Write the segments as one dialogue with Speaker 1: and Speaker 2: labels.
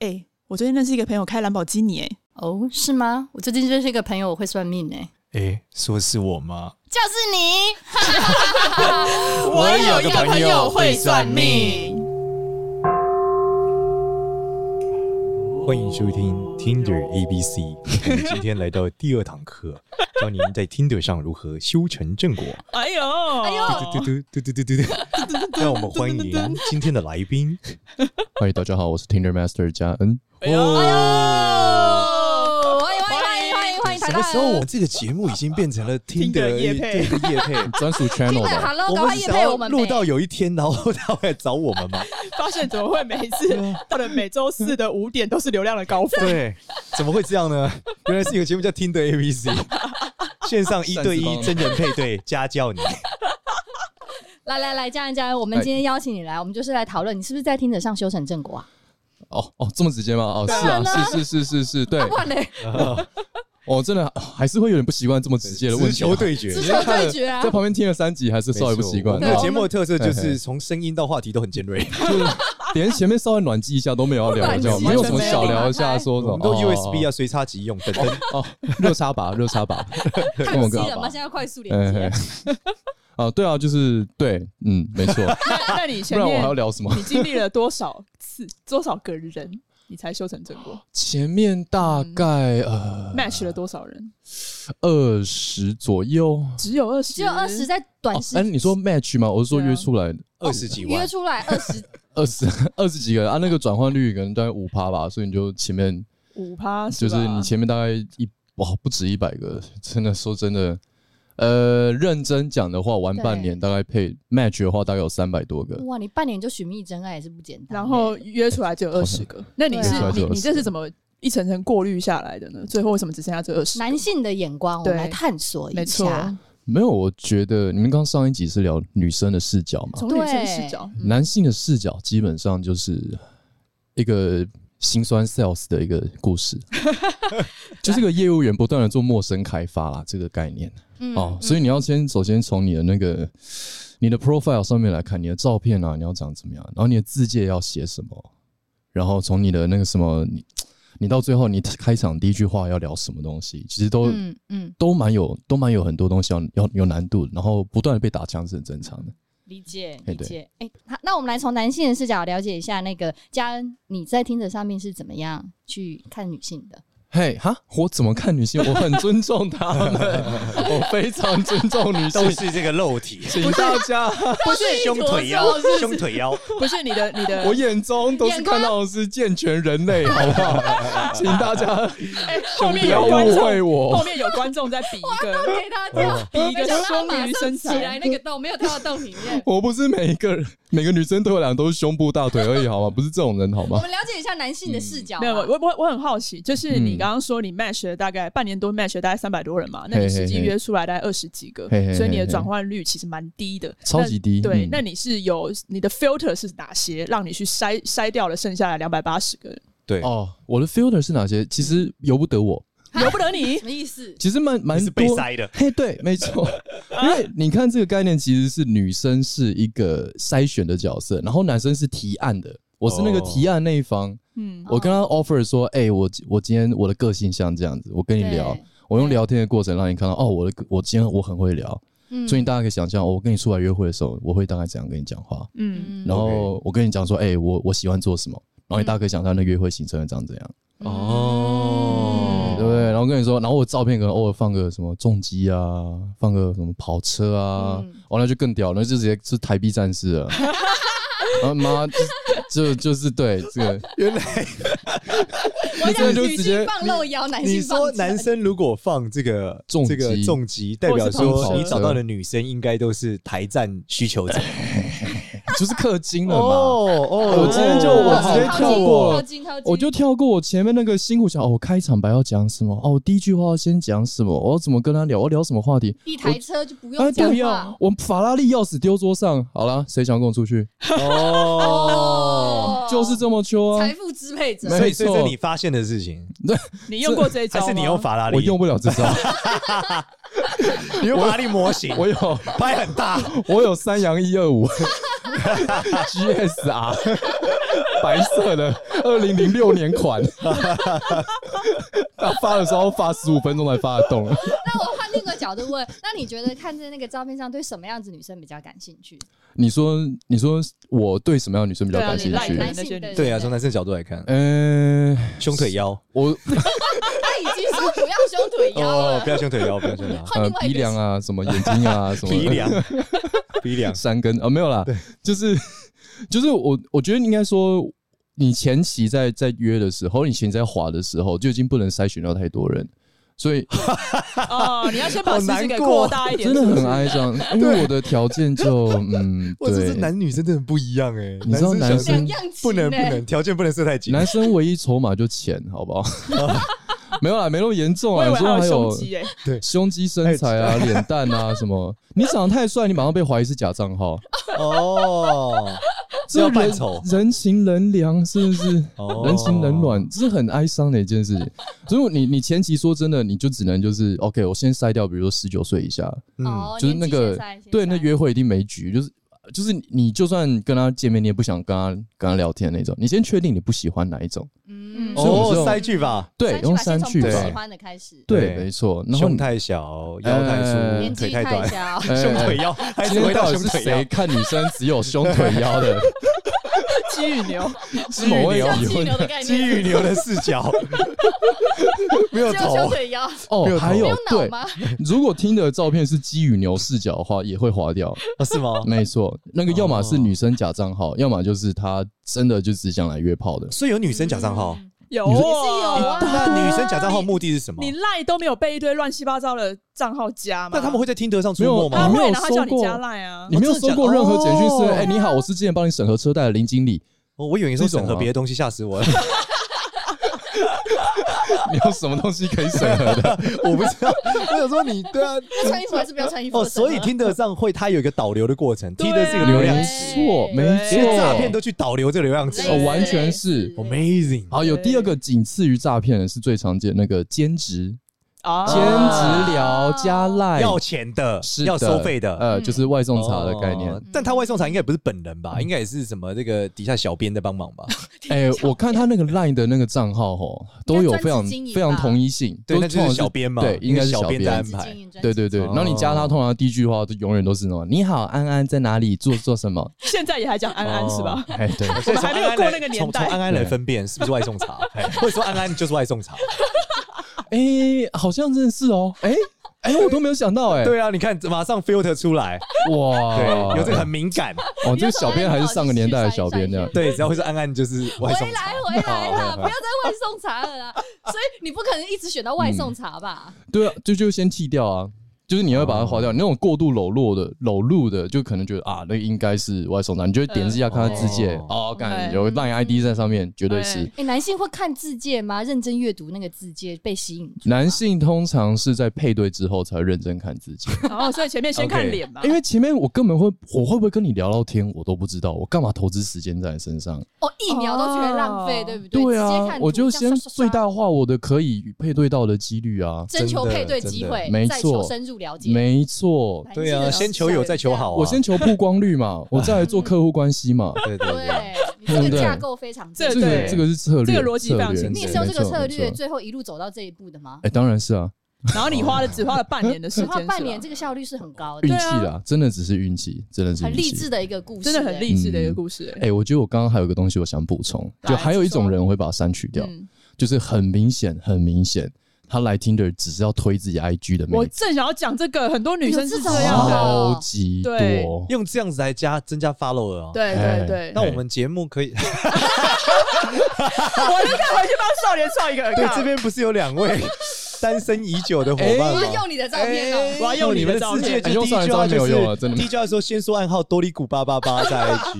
Speaker 1: 哎、我最近认识一个朋友开兰博基尼、哎，
Speaker 2: 哦，是吗？我最近认识一个朋友，我会算命哎、
Speaker 3: 诶，说是我吗？
Speaker 2: 就是你。
Speaker 3: 我有个朋友会算命。欢迎收听 Tinder ABC，我们今天来到第二堂课，教您在 Tinder 上如何修成正果。
Speaker 1: 哎呦，哎呦，
Speaker 2: 哦
Speaker 3: 嘟嘟嘟嘟嘟嘟嘟嘟。让我们欢迎今天的来宾。
Speaker 4: 欢迎大家好，我是 Tinder Master 加 N。
Speaker 2: 哦，欢迎欢迎欢迎欢迎台
Speaker 3: 什
Speaker 2: 湾
Speaker 3: 么时候我们这个节目已经变成了 Tinder
Speaker 1: 业配
Speaker 3: 对业配？
Speaker 4: 专属 channel
Speaker 2: 对
Speaker 4: 吧，
Speaker 2: ，Hello，
Speaker 3: 我
Speaker 2: 哎赶快
Speaker 3: 们
Speaker 2: 夜
Speaker 3: 想
Speaker 2: 配
Speaker 3: 要
Speaker 2: 我们呗
Speaker 3: 录到有一天，然后他会来找我们吗？
Speaker 1: 发现怎么会每一 次或者每周四的五点都是流量的高峰？
Speaker 3: 对，怎么会这样呢？原来是有个节目叫《听的 ABC》，线上一对一真人配对，家教你。
Speaker 2: 来来来，家人家人，我们今天邀请你来，我们就是来讨论你是不是在听者上修成正果 啊？
Speaker 4: 哦哦，这么直接吗？哦，是
Speaker 2: 当然啦
Speaker 4: 啊，是是是是是，对
Speaker 2: 啊，不然嘞，
Speaker 4: 我真的哦还是会有点不习惯这么直接的问
Speaker 3: 直
Speaker 4: 题
Speaker 3: 球
Speaker 4: 啊。
Speaker 3: 对决
Speaker 2: 直。球对决啊
Speaker 4: 在！旁边听了三集，还是稍微不习
Speaker 3: 没错我，
Speaker 4: 惯
Speaker 3: 们的
Speaker 2: 对
Speaker 3: 节目的特色就是从声音到话题都很尖锐，
Speaker 4: 就是连前面稍微暖机一下都没有要聊的，
Speaker 2: 暖
Speaker 4: 这
Speaker 2: 机
Speaker 4: 样没有什么小聊一下，说什
Speaker 3: 我
Speaker 4: 么
Speaker 3: 们都
Speaker 4: 哦
Speaker 3: USB 啊，随插即用等等。
Speaker 4: 哦，热插拔，热插拔，
Speaker 2: 看不
Speaker 4: 我们
Speaker 2: 起
Speaker 4: 干
Speaker 2: 人
Speaker 4: 嘛
Speaker 2: 吗？现在要快速连
Speaker 4: 哎
Speaker 2: 接
Speaker 4: 嘿。啊，对啊，就是对，嗯，没错，
Speaker 1: 那那你
Speaker 4: 不
Speaker 1: 前
Speaker 4: 然我还要
Speaker 1: 面
Speaker 4: 聊什么？
Speaker 1: 你经历了多少次、 多少个人，你才修成正果
Speaker 4: 前面大概呃
Speaker 1: ？match 了多少人？
Speaker 4: 二十左右，
Speaker 1: 只有二十，
Speaker 2: 只有二十，在短
Speaker 3: 哦
Speaker 2: 时
Speaker 4: 哎，你说 match 吗？我是说
Speaker 1: 对啊
Speaker 4: 约出来的，
Speaker 3: 二十几
Speaker 2: 约
Speaker 3: 万，
Speaker 2: 出来二十，
Speaker 4: 二十 二十几个人啊，那个转换率可能大概五趴吧，所以你就前面
Speaker 1: 五趴，
Speaker 4: 就是
Speaker 1: 吧
Speaker 4: 你前面大概一哇不止一百个，真的说真的，呃，认真讲的话，玩半年大概配 match 的话，大概有三百多个。
Speaker 2: 哇，你半年就寻觅真爱也是不简单欸。
Speaker 1: 然后约出来只有二十个，那你是
Speaker 2: 对啊
Speaker 1: 你你这是怎么一层层过滤下来的呢？最后为什么只剩下这二十？
Speaker 2: 男性的眼光，我
Speaker 1: 对
Speaker 2: 们来探索
Speaker 1: 没
Speaker 2: 一
Speaker 1: 错，
Speaker 2: 下。
Speaker 4: 没有，我觉得你们刚上一集是聊女生的视角嘛，
Speaker 1: 从嗯女生视角，
Speaker 4: 男性的视角基本上就是一个心酸 sales 的一个 故事，就是个业务员不断的做陌生开发啦，这个概念。
Speaker 2: 嗯
Speaker 4: 哦，所以你要先首先从你的那个你的 profile 上面来看，你的照片啊，你要长怎么样，然后你的字界要写什么，然后从你的那个什么，你你到最后你开场第一句话要聊什么东西，其实都、
Speaker 2: 嗯嗯，
Speaker 4: 都蛮有都蛮有很多东西要要有难度的，然后不断的被打枪是很正常的。
Speaker 2: 理解
Speaker 4: 嘿
Speaker 2: 理
Speaker 4: 对
Speaker 2: 解。哎、好，那我们来从男性的视角了解一下，那个嘉恩，你在听着上面是怎么样去看女性 的？
Speaker 4: 嘿哈，我怎么看女性？我很尊重她 们，我非常尊重女性
Speaker 3: 都，是这个肉体，
Speaker 4: 请大家，
Speaker 1: 不是
Speaker 3: 胸腿腰，胸腿腰，
Speaker 1: 不是你的你的，
Speaker 4: 我眼中都是
Speaker 2: 眼光
Speaker 4: 看到的是健全人类，好不 好？请大家
Speaker 1: 哎后面
Speaker 4: 不要
Speaker 1: 有观
Speaker 4: 误会
Speaker 1: 众，后
Speaker 4: 我。。
Speaker 1: 面有观众在比一个
Speaker 2: 给他 跳，
Speaker 1: 比一个双鱼身材，
Speaker 2: 那个洞，没有跳到洞里面
Speaker 4: 我不是每一个人， 每个女生对我来讲都是胸部、大腿而已，好吗？不是这种人，好
Speaker 2: 我
Speaker 4: 吗？
Speaker 2: 们了解一下男性的视角、
Speaker 1: 没
Speaker 4: 啊
Speaker 1: 有，我我我很好奇，就是你
Speaker 4: 嗯
Speaker 1: 刚刚说你 match 了大概半年多，match 了大概三百多人嘛，那你实际
Speaker 4: 嘿嘿嘿
Speaker 1: 约出来大概二十几个
Speaker 4: 嘿嘿，嘿
Speaker 1: 所以你的转换率其实蛮低的，
Speaker 4: 超级低
Speaker 1: 那对
Speaker 4: 嗯，
Speaker 1: 那你是有你的 filter 是哪些，让你去筛筛掉了剩下来两百八十个 人，
Speaker 3: 对，
Speaker 4: 哦，我的 filter 是哪些？其实由不得我，
Speaker 1: 由不得你
Speaker 2: 什，么意思？
Speaker 4: 其实蛮蛮
Speaker 3: 你是被
Speaker 4: 多。
Speaker 3: 塞的，
Speaker 4: 嘿，对，没 错，因为你看这个概念其实是女生是一个筛选的角色，然后男生是提案的，我是那个
Speaker 3: 哦
Speaker 4: 提案那一方。
Speaker 1: 嗯，
Speaker 4: 我跟他 offer 说，哎、我我今天我的个性像这样子，我跟你聊
Speaker 2: 对，
Speaker 4: 我用
Speaker 2: 对
Speaker 4: 聊天的过程让你看到，哦，我的个我今天我很会聊，
Speaker 2: 嗯
Speaker 4: 所以你大家可以想象，哦我跟你出来约会的时候，我会大概怎样跟你讲话，
Speaker 1: 嗯，
Speaker 4: 然后我跟你讲说，哎、我我喜欢做什么，然后你大家可以想象那约会行程会长怎样，
Speaker 2: 嗯
Speaker 3: 哦
Speaker 4: 对不对？然后跟你说，然后我照片可能偶尔放个什么重机啊，放个什么跑车啊，
Speaker 2: 嗯
Speaker 4: 哦，那就更屌，那就直接是台币战士了。啊妈，就就就是对这个，
Speaker 3: 原来
Speaker 4: 你真的就直接
Speaker 2: 放露腰，男
Speaker 3: 你
Speaker 2: 性
Speaker 3: 说男生如果放这个
Speaker 4: 重
Speaker 3: 这个
Speaker 4: 击
Speaker 3: 重击，代表
Speaker 1: 或是
Speaker 3: 说
Speaker 1: 跑
Speaker 3: 你
Speaker 1: 车
Speaker 3: 找到的女生应该都是台战需求者。
Speaker 4: 就是氪金了嘛。
Speaker 3: 哦
Speaker 4: 我今天就我直接跳过
Speaker 2: 靠
Speaker 4: 了
Speaker 2: 近靠近，
Speaker 4: 我就跳过我前面那个辛苦想哦，我开场白要讲什么？哦，我第一句话要先讲什么？我要怎么跟他聊？我要聊什么话题？
Speaker 2: 一台车就不
Speaker 4: 哎，
Speaker 2: 用讲
Speaker 4: 不
Speaker 2: 话
Speaker 4: 要，。我法拉利钥匙丢桌上，好了，谁想跟我出去？哦
Speaker 3: 哦，
Speaker 4: 就是这么秋啊
Speaker 2: 财！富支配者
Speaker 4: 没。
Speaker 3: 所以所以
Speaker 4: 错
Speaker 3: 这是你发现的事情，
Speaker 1: 你用过这一招
Speaker 3: 还
Speaker 1: 吗
Speaker 3: 是你用法拉利？
Speaker 4: 我用不 了这招，
Speaker 3: 你用法拉利模型，
Speaker 4: 我有
Speaker 3: 拍 很大，
Speaker 4: 我有三阳一二五 GSR， 白色的二零零六年款，他发的时候发十五分钟才发得动。
Speaker 2: 那我换另一个角度问，那你觉得看在那个照片上，对什么样子女生比较感兴趣？
Speaker 4: 你说，你说我对什么样的女生比较
Speaker 1: 对啊
Speaker 4: 感
Speaker 1: 你
Speaker 4: 兴
Speaker 1: 赖
Speaker 4: 趣？
Speaker 1: 男
Speaker 2: 男
Speaker 1: 性
Speaker 2: 性
Speaker 1: 对
Speaker 3: 对啊，从男生的角度来看，
Speaker 4: 嗯、
Speaker 3: 胸腿腰
Speaker 4: 我
Speaker 2: 他已经说不要胸腿腰
Speaker 3: 哦，
Speaker 2: 了
Speaker 3: 不，要胸腿腰，不要胸腿腰，
Speaker 2: 换
Speaker 4: 呃
Speaker 2: 另外一
Speaker 4: 鼻
Speaker 2: 个
Speaker 4: 梁啊，什么眼睛啊，什么
Speaker 3: 鼻 梁，鼻梁，
Speaker 4: 三根啊、没有啦，就是 就是我我觉得应该说，你前期在在约的时候，你前期在滑的时候就已经不能筛选到太多人，所以
Speaker 1: 哦，你要先把
Speaker 3: 好
Speaker 1: 事
Speaker 3: 难
Speaker 1: 情给
Speaker 3: 过
Speaker 1: 扩大一点，
Speaker 4: 真的
Speaker 1: 是不是
Speaker 4: 很哀伤， 因为我的条件就 嗯
Speaker 3: 哇，这是
Speaker 4: 对。
Speaker 3: 男女生真的不一样哎，
Speaker 4: 你知道
Speaker 3: 男
Speaker 4: 欸男
Speaker 3: 生
Speaker 4: 生
Speaker 2: 两
Speaker 3: 想
Speaker 2: 样情
Speaker 3: 不能不
Speaker 2: 欸
Speaker 3: 能，条件不能设太紧，
Speaker 4: 男生唯一筹码就钱，好不好？ 没有啦，没那么严重
Speaker 1: 我
Speaker 4: 啊。
Speaker 1: 以
Speaker 4: 你
Speaker 1: 为
Speaker 4: 说
Speaker 1: 还
Speaker 4: 还
Speaker 1: 有
Speaker 4: 有
Speaker 1: 胸肌哎，
Speaker 4: 胸肌、身材啊、
Speaker 3: 哎
Speaker 4: 脸蛋啊什么？你长得太帅，你马上被怀疑是假账 号，
Speaker 3: 哦，这要
Speaker 4: 人
Speaker 3: 扮丑
Speaker 4: 人情冷凉，是不是？
Speaker 3: 哦
Speaker 4: 人情冷暖，这是很哀伤的一件 事情。所以你你前期说真的，你就只能就是 OK，我先筛掉，比如说十九岁以下，
Speaker 3: 嗯
Speaker 2: 哦，
Speaker 4: 就是那个
Speaker 2: 年纪先塞先
Speaker 4: 对，
Speaker 2: 塞
Speaker 4: 那约会一定没局，就是就是你就算跟他见面，你也不想跟他跟他聊天那种。你先确定你不喜欢哪一种，
Speaker 2: 嗯
Speaker 4: 所以我
Speaker 3: 哦，
Speaker 4: 是用
Speaker 3: 塞句吧，
Speaker 4: 对，用
Speaker 2: 三
Speaker 4: 三
Speaker 2: 句
Speaker 4: 句
Speaker 2: 吧先从
Speaker 3: 对
Speaker 4: 吧
Speaker 2: 不喜，欢的开始，
Speaker 4: 对，
Speaker 3: 对
Speaker 4: 没错。然后
Speaker 3: 胸
Speaker 4: 你
Speaker 3: 太小，腰太
Speaker 4: 呃
Speaker 3: 粗，
Speaker 2: 年
Speaker 3: 腿
Speaker 2: 纪
Speaker 3: 太短，
Speaker 2: 小，
Speaker 4: 哎
Speaker 3: 胸腿腰，还
Speaker 4: 今
Speaker 3: 是回
Speaker 4: 天到
Speaker 3: 到
Speaker 4: 底
Speaker 3: 胸
Speaker 4: 是
Speaker 3: 腿腰
Speaker 4: 谁。看女生只有胸腿腰的？
Speaker 1: 肌与牛，
Speaker 4: 是某位
Speaker 2: 像
Speaker 4: 已
Speaker 2: 气
Speaker 4: 婚
Speaker 2: 流的概
Speaker 3: 鸡
Speaker 2: 念，
Speaker 3: 与牛的视角，没有
Speaker 2: 只有胸
Speaker 3: 头，
Speaker 2: 腿腰，
Speaker 4: 哦，还
Speaker 2: 没
Speaker 4: 有
Speaker 2: 有脑
Speaker 4: 对，
Speaker 2: 吗？
Speaker 4: 如果听的照片是鸡与牛视角的话，也会划掉。
Speaker 3: 哦是吗？
Speaker 4: 没错，那个要么是女生假账号，要么就是她真的就只想来约炮的。
Speaker 3: 所以有女生假账号，
Speaker 2: 嗯
Speaker 1: 有
Speaker 4: 你
Speaker 1: 哦
Speaker 4: 是
Speaker 2: 有啊
Speaker 3: 那女生假账号目的是什么
Speaker 1: 你？赖都没有被一堆乱七八糟的账号加吗？
Speaker 3: 那他们会在听得上出没
Speaker 1: 他
Speaker 3: 吗
Speaker 4: 没有？
Speaker 1: 会，然后他叫
Speaker 4: 收
Speaker 1: 你
Speaker 4: 过
Speaker 1: 加赖啊
Speaker 4: 你。没有收过任何简讯是
Speaker 3: 哦
Speaker 4: “哎、你好，我是之前帮你审核车贷的林经理
Speaker 3: 哦我以为你说审
Speaker 4: 这
Speaker 3: 核
Speaker 4: 种啊
Speaker 3: 别的东西，吓死 我了。”，
Speaker 4: 你有什么东西可以审核的？
Speaker 3: 我不知道，我想说你对啊，
Speaker 2: 要穿衣服还是不要穿衣服？
Speaker 3: 哦，所以听得上会它有一个导流的过程，
Speaker 1: 对
Speaker 3: 听
Speaker 1: 啊
Speaker 3: 得是一个流量
Speaker 4: 没
Speaker 3: 池，
Speaker 4: 错，没
Speaker 3: 连
Speaker 1: 对
Speaker 3: 诈骗
Speaker 4: 错，
Speaker 3: 都去导流这个流量池
Speaker 4: 哦完全是
Speaker 3: ，amazing。
Speaker 4: 好，有第二个仅次于诈骗的是最常见那个兼职，
Speaker 1: 啊
Speaker 4: 兼职聊加赖，
Speaker 3: 要钱的
Speaker 4: 哎是，的
Speaker 3: 要收费的，
Speaker 4: 呃，
Speaker 2: 嗯
Speaker 4: 就是外送茶的概 念
Speaker 3: 哦。但他外送茶应该也不是本人吧？应该也是什么这个底下小编在帮忙吧？
Speaker 4: 哎、我看他那个 LINE 的那个账号吼，都有非
Speaker 2: 应该专
Speaker 4: 常
Speaker 2: 职经营吧
Speaker 4: 非常同一性，
Speaker 3: 对，
Speaker 4: 都
Speaker 3: 那
Speaker 4: 通
Speaker 3: 就
Speaker 4: 常
Speaker 3: 是小编嘛，
Speaker 4: 对，应该是
Speaker 3: 小
Speaker 4: 小
Speaker 3: 编
Speaker 4: 编
Speaker 3: 在
Speaker 2: 专
Speaker 3: 安
Speaker 2: 职
Speaker 3: 排
Speaker 2: 经。营专
Speaker 4: 对
Speaker 2: 辑
Speaker 4: 对对，
Speaker 3: 哦
Speaker 4: 然后你加他，通常第一句话都永远都是那种“你好，安安在哪里？做做什么
Speaker 1: 现在也还讲安安是吧？”？
Speaker 4: 哎，对，
Speaker 3: 所以从
Speaker 1: 还没有
Speaker 3: 安安来
Speaker 1: 过那个年
Speaker 3: 从
Speaker 1: 代
Speaker 3: 从安安来分辨是不是外送茶，哎或者说安安就是外送茶。
Speaker 4: 哎、好像真的是哦，哎、哎、我都没有想到、哎，
Speaker 3: 对啊，你看马上 filter 出来，
Speaker 4: 哇，
Speaker 3: 对，有这个很敏感。
Speaker 4: 哦，这个小编还是上个年代的小编这样，
Speaker 3: 对，只要会是安安就是外送
Speaker 2: 回
Speaker 3: 茶
Speaker 2: 来。回来啦，
Speaker 3: 好
Speaker 2: 不要再外送茶了啦。所以你不可能一直选到外送茶吧？
Speaker 4: 对啊，就就先弃掉啊。就是你会把它划
Speaker 3: 哦
Speaker 4: 掉，你那种过度裸露的、裸露的，就可能觉得啊，那应该是外送男，你就会点击一下看他字界，
Speaker 3: 哦
Speaker 4: 哦，干
Speaker 1: 对
Speaker 4: 有 LINE ID 在上面，绝对是
Speaker 1: 对。
Speaker 2: 哎，男性会看字界吗？认真阅读那个字界被吸引住吗？
Speaker 4: 男性通常是在配对之后才会认真看自己，
Speaker 1: 哦，所以前面先看
Speaker 3: OK
Speaker 1: 脸
Speaker 2: 啊
Speaker 1: 嘛，
Speaker 4: 因为前面我根本会，我会不会跟你聊到天，我都不知道，我干嘛投资时间在你身上？
Speaker 2: 哦，一秒都觉得浪费，
Speaker 1: 哦
Speaker 2: 对不对？
Speaker 4: 对
Speaker 2: 直接看
Speaker 4: 啊，
Speaker 2: 图
Speaker 4: 我就
Speaker 2: 这样
Speaker 4: 先
Speaker 2: 刷刷刷
Speaker 4: 最大化我的可以配对到的几率啊，
Speaker 2: 征求配对机会
Speaker 4: 真的，
Speaker 2: 再
Speaker 4: 没
Speaker 2: 求
Speaker 4: 错
Speaker 2: 深入了解。
Speaker 4: 没错，
Speaker 2: 男性
Speaker 3: 对啊，
Speaker 2: 的
Speaker 3: 先求有再求好啊。
Speaker 4: 我先求曝光率 嘛，我再来做客户关系嘛，
Speaker 3: 对对对，啊
Speaker 2: 对，你这
Speaker 4: 对不
Speaker 2: 个
Speaker 4: 对
Speaker 2: 架构非常
Speaker 1: 对
Speaker 4: 这
Speaker 2: 正确。
Speaker 4: 个
Speaker 1: 对
Speaker 4: 这个是策
Speaker 1: 这
Speaker 4: 略，
Speaker 1: 个逻辑非常
Speaker 4: 策略
Speaker 1: 清晰
Speaker 2: 你也是用这个策
Speaker 4: 没
Speaker 2: 略，
Speaker 4: 错
Speaker 2: 最后一路走到这一步的吗？
Speaker 4: 哎，当然是啊，
Speaker 1: 然后你花了只花了半年的时
Speaker 2: 只
Speaker 1: 间，
Speaker 2: 花半
Speaker 1: 是吧
Speaker 2: 年，这个效率是很高的
Speaker 4: 运
Speaker 1: 对，
Speaker 4: 气啦，真的只是运气，真的
Speaker 2: 啊
Speaker 4: 是
Speaker 2: 很
Speaker 4: 运
Speaker 2: 励
Speaker 4: 气
Speaker 2: 志。的一个故事，欸
Speaker 1: 真的很励志的一个故事。
Speaker 4: 哎、我觉得我刚刚还有一个东西我想补充，
Speaker 1: 来
Speaker 4: 就还有一种
Speaker 1: 请说
Speaker 4: 人我会把它删去掉，
Speaker 1: 嗯，
Speaker 4: 就是很明显，很明显，他来 Tinder 只是要推自己 IG 的
Speaker 1: 我
Speaker 4: 妹子，
Speaker 1: 正想要讲这个，很多女生是这
Speaker 2: 有这
Speaker 1: 样
Speaker 2: 种
Speaker 1: 的，
Speaker 4: 超级多。
Speaker 1: 对
Speaker 3: 用这样子来加增加 follower 啊。。
Speaker 1: 对
Speaker 4: 哎
Speaker 1: 对对。
Speaker 3: 那我们节目可以，
Speaker 1: 我就看回去帮少年创一个
Speaker 3: 对这
Speaker 1: account。
Speaker 3: 边不是有两位单身已久的伙伴
Speaker 2: 我
Speaker 3: 吗
Speaker 4: 啊
Speaker 2: 要？用你的照片
Speaker 3: 哎
Speaker 2: 哦。
Speaker 1: 我要用你
Speaker 3: 你们
Speaker 1: 的
Speaker 3: 的
Speaker 1: 照
Speaker 3: 世界
Speaker 1: 片
Speaker 3: 就
Speaker 4: 哎用
Speaker 3: 第一
Speaker 4: 上一
Speaker 3: 句
Speaker 4: 张
Speaker 3: 话
Speaker 4: 没有
Speaker 3: 就是
Speaker 4: 用啊真的
Speaker 3: 第一句话说先说暗号多利古八八 八在 IG，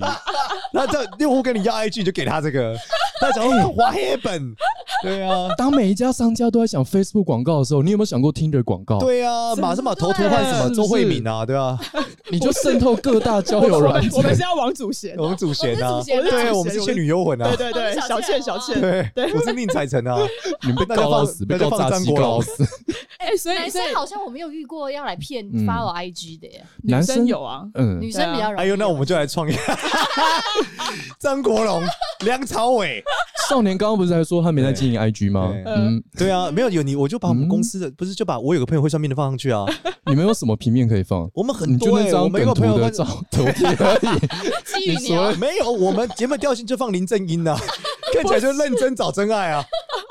Speaker 3: 那这如果跟你要 IG 你就给他这个，他想 要花黑本，对啊，
Speaker 4: 当每一家商家都在想 Facebook 广告的时候，你有没有想过 Tinder 广告？，
Speaker 3: 对啊，马上把头图换什
Speaker 4: 是不
Speaker 3: 么
Speaker 4: 是
Speaker 3: 周慧敏啊，对吧？
Speaker 4: 你就渗透各大交友
Speaker 1: 我
Speaker 4: 软
Speaker 1: 们
Speaker 4: 件
Speaker 1: 我。们是要王祖 贤，
Speaker 3: 我们祖贤啊
Speaker 2: 我，是祖贤啊
Speaker 3: 对，我们是倩女幽魂啊
Speaker 1: 对，对 对
Speaker 2: 我，是
Speaker 1: 小
Speaker 2: 小
Speaker 1: 倩
Speaker 2: 倩
Speaker 1: 小
Speaker 2: 小
Speaker 1: 倩
Speaker 2: 倩，
Speaker 3: 对，我是宁采臣啊，
Speaker 4: 你们被告到死，
Speaker 3: 那
Speaker 4: 被
Speaker 3: 就
Speaker 4: 告
Speaker 3: 放
Speaker 4: 诈
Speaker 3: 那就放
Speaker 4: 欺告到死，
Speaker 1: 哎，所以
Speaker 2: 男
Speaker 1: 所
Speaker 2: 生
Speaker 1: 以
Speaker 2: 好像我没有遇过要来骗
Speaker 4: 嗯
Speaker 2: follow IG 的耶，
Speaker 1: 女
Speaker 4: 男
Speaker 1: 生
Speaker 4: 生
Speaker 1: 有啊，
Speaker 4: 嗯
Speaker 2: 女生比较容易。
Speaker 3: 哎呦，那我们就来创业， 张国荣、梁朝伟，
Speaker 4: 少年刚刚不是还说他没在经营 IG 吗？
Speaker 3: 对
Speaker 4: 嗯，
Speaker 3: 对啊，没有有你，我就把我们
Speaker 4: 嗯
Speaker 3: 公司的不是就把我有个朋友会算命的放上去啊，
Speaker 4: 你们有什么平面可以放？
Speaker 3: 我们很
Speaker 4: 你就
Speaker 3: 多
Speaker 4: 那
Speaker 3: 欸，我
Speaker 4: 张
Speaker 3: 们有
Speaker 4: 梗
Speaker 3: 个
Speaker 4: 图
Speaker 3: 朋友
Speaker 4: 的
Speaker 3: 会
Speaker 4: 照图片而 已。
Speaker 2: 基
Speaker 4: 于
Speaker 2: 于
Speaker 4: 你
Speaker 2: 你哦
Speaker 4: 所谓
Speaker 3: 没有，我们节目调性就放林正英 啊，看起来就认真找真爱啊，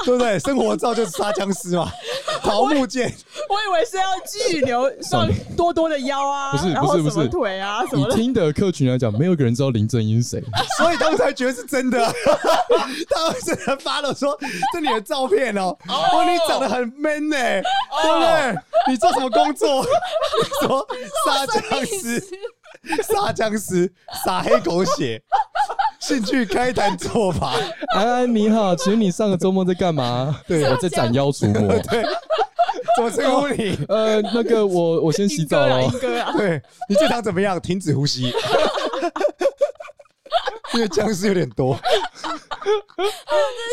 Speaker 3: 对不对？生活照就是杀僵尸 嘛，桃木剑，
Speaker 1: 我以为是要巨 牛上多多的腰啊，
Speaker 4: 不是
Speaker 1: 然后
Speaker 4: 不是
Speaker 1: 什么
Speaker 4: 不是
Speaker 1: 腿啊什么
Speaker 4: 以
Speaker 1: 的，
Speaker 4: 听的客群来讲，没有一个人知道林正英是谁。
Speaker 3: 所以他们才觉得是真 的啊。他们真的发了说这你的照片哦，哇，你长得很 man 呢、对不对？你做什么工 作？你说杀僵尸，杀僵尸，撒黑狗血，兴趣开坛做法，
Speaker 4: 安安你好，请问你上个周末在干嘛？
Speaker 3: 对
Speaker 4: 我在斩妖除 魔。
Speaker 3: 对，怎么称呼你？
Speaker 4: 呃，那个我我先洗
Speaker 1: 英
Speaker 4: 澡
Speaker 1: 哥啊
Speaker 4: 了
Speaker 1: 英。哥啊，
Speaker 3: 对你这堂怎么样？停止呼吸，因为僵尸有点多。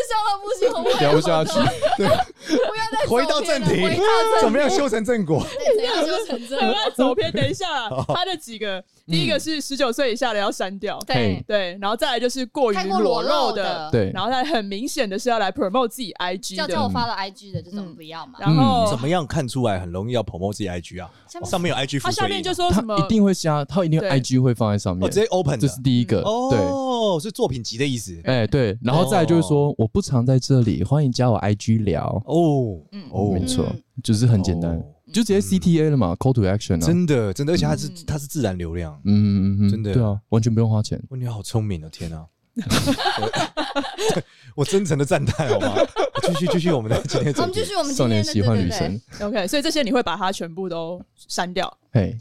Speaker 2: 笑到不行，我不
Speaker 4: 聊不下去，
Speaker 2: 要再
Speaker 3: 回到正题
Speaker 2: 回到正，题
Speaker 3: 怎么样修成正果？
Speaker 2: 怎样就成 这
Speaker 1: 我
Speaker 2: 样。
Speaker 1: 在走偏，等一下，
Speaker 4: 哦
Speaker 1: 他的几个，第
Speaker 4: 嗯
Speaker 1: 一个是十九岁以下的要删掉，
Speaker 2: 对，
Speaker 1: 对，然后再来就是过于
Speaker 2: 看过
Speaker 1: 裸
Speaker 2: 裸
Speaker 1: 露
Speaker 2: 露
Speaker 1: 的
Speaker 2: 的，
Speaker 4: 对
Speaker 1: 然后他很明显的是要来 promote 自己 IG
Speaker 2: 要
Speaker 1: 的，
Speaker 2: 叫我发到 IG 的这种不要嘛。
Speaker 1: 然
Speaker 4: 嗯
Speaker 1: 后
Speaker 3: 怎么样看出来很容易要 promote 自己 IG 啊？
Speaker 2: 下面
Speaker 3: 上面有 IG
Speaker 1: 他
Speaker 3: 附
Speaker 1: 下
Speaker 3: 随
Speaker 1: 面
Speaker 3: 意
Speaker 1: 就
Speaker 3: 的，
Speaker 1: 说
Speaker 4: 他
Speaker 1: 什么
Speaker 4: 一定会加，他一定
Speaker 1: 对
Speaker 4: IG 会放在上
Speaker 3: 哦，
Speaker 4: 面
Speaker 3: 直。接 open
Speaker 4: 这
Speaker 3: 的
Speaker 4: 是第一个，对。
Speaker 3: 哦，是作品集的意思
Speaker 2: 嗯
Speaker 4: 哎、对，然后再来就是说，我不常在这里，欢迎加我 IG 聊。
Speaker 3: 哦
Speaker 2: 嗯
Speaker 3: 哦，
Speaker 4: 没错
Speaker 2: 嗯，
Speaker 4: 就是很简单
Speaker 3: 哦，嗯
Speaker 4: 就直接 CTA 了嘛，Call to Action 啊。
Speaker 3: 真的真的，而且它是
Speaker 1: 嗯
Speaker 3: 它是自然流量。
Speaker 4: 嗯嗯嗯，
Speaker 3: 真的
Speaker 4: 对啊，完全不用花钱。
Speaker 3: 哇，你好聪明哦！天啊， 我真诚的赞叹好吗？ 继续继续我们的今天的
Speaker 2: 我们
Speaker 3: 主题
Speaker 2: 继。续我们
Speaker 4: 少
Speaker 2: 今
Speaker 4: 年
Speaker 2: 天的
Speaker 4: 喜
Speaker 2: 对
Speaker 4: 欢
Speaker 2: 对
Speaker 4: 女
Speaker 2: 对
Speaker 4: 神，，
Speaker 1: OK，所以这些你会把它全部都删掉，
Speaker 4: 嘿，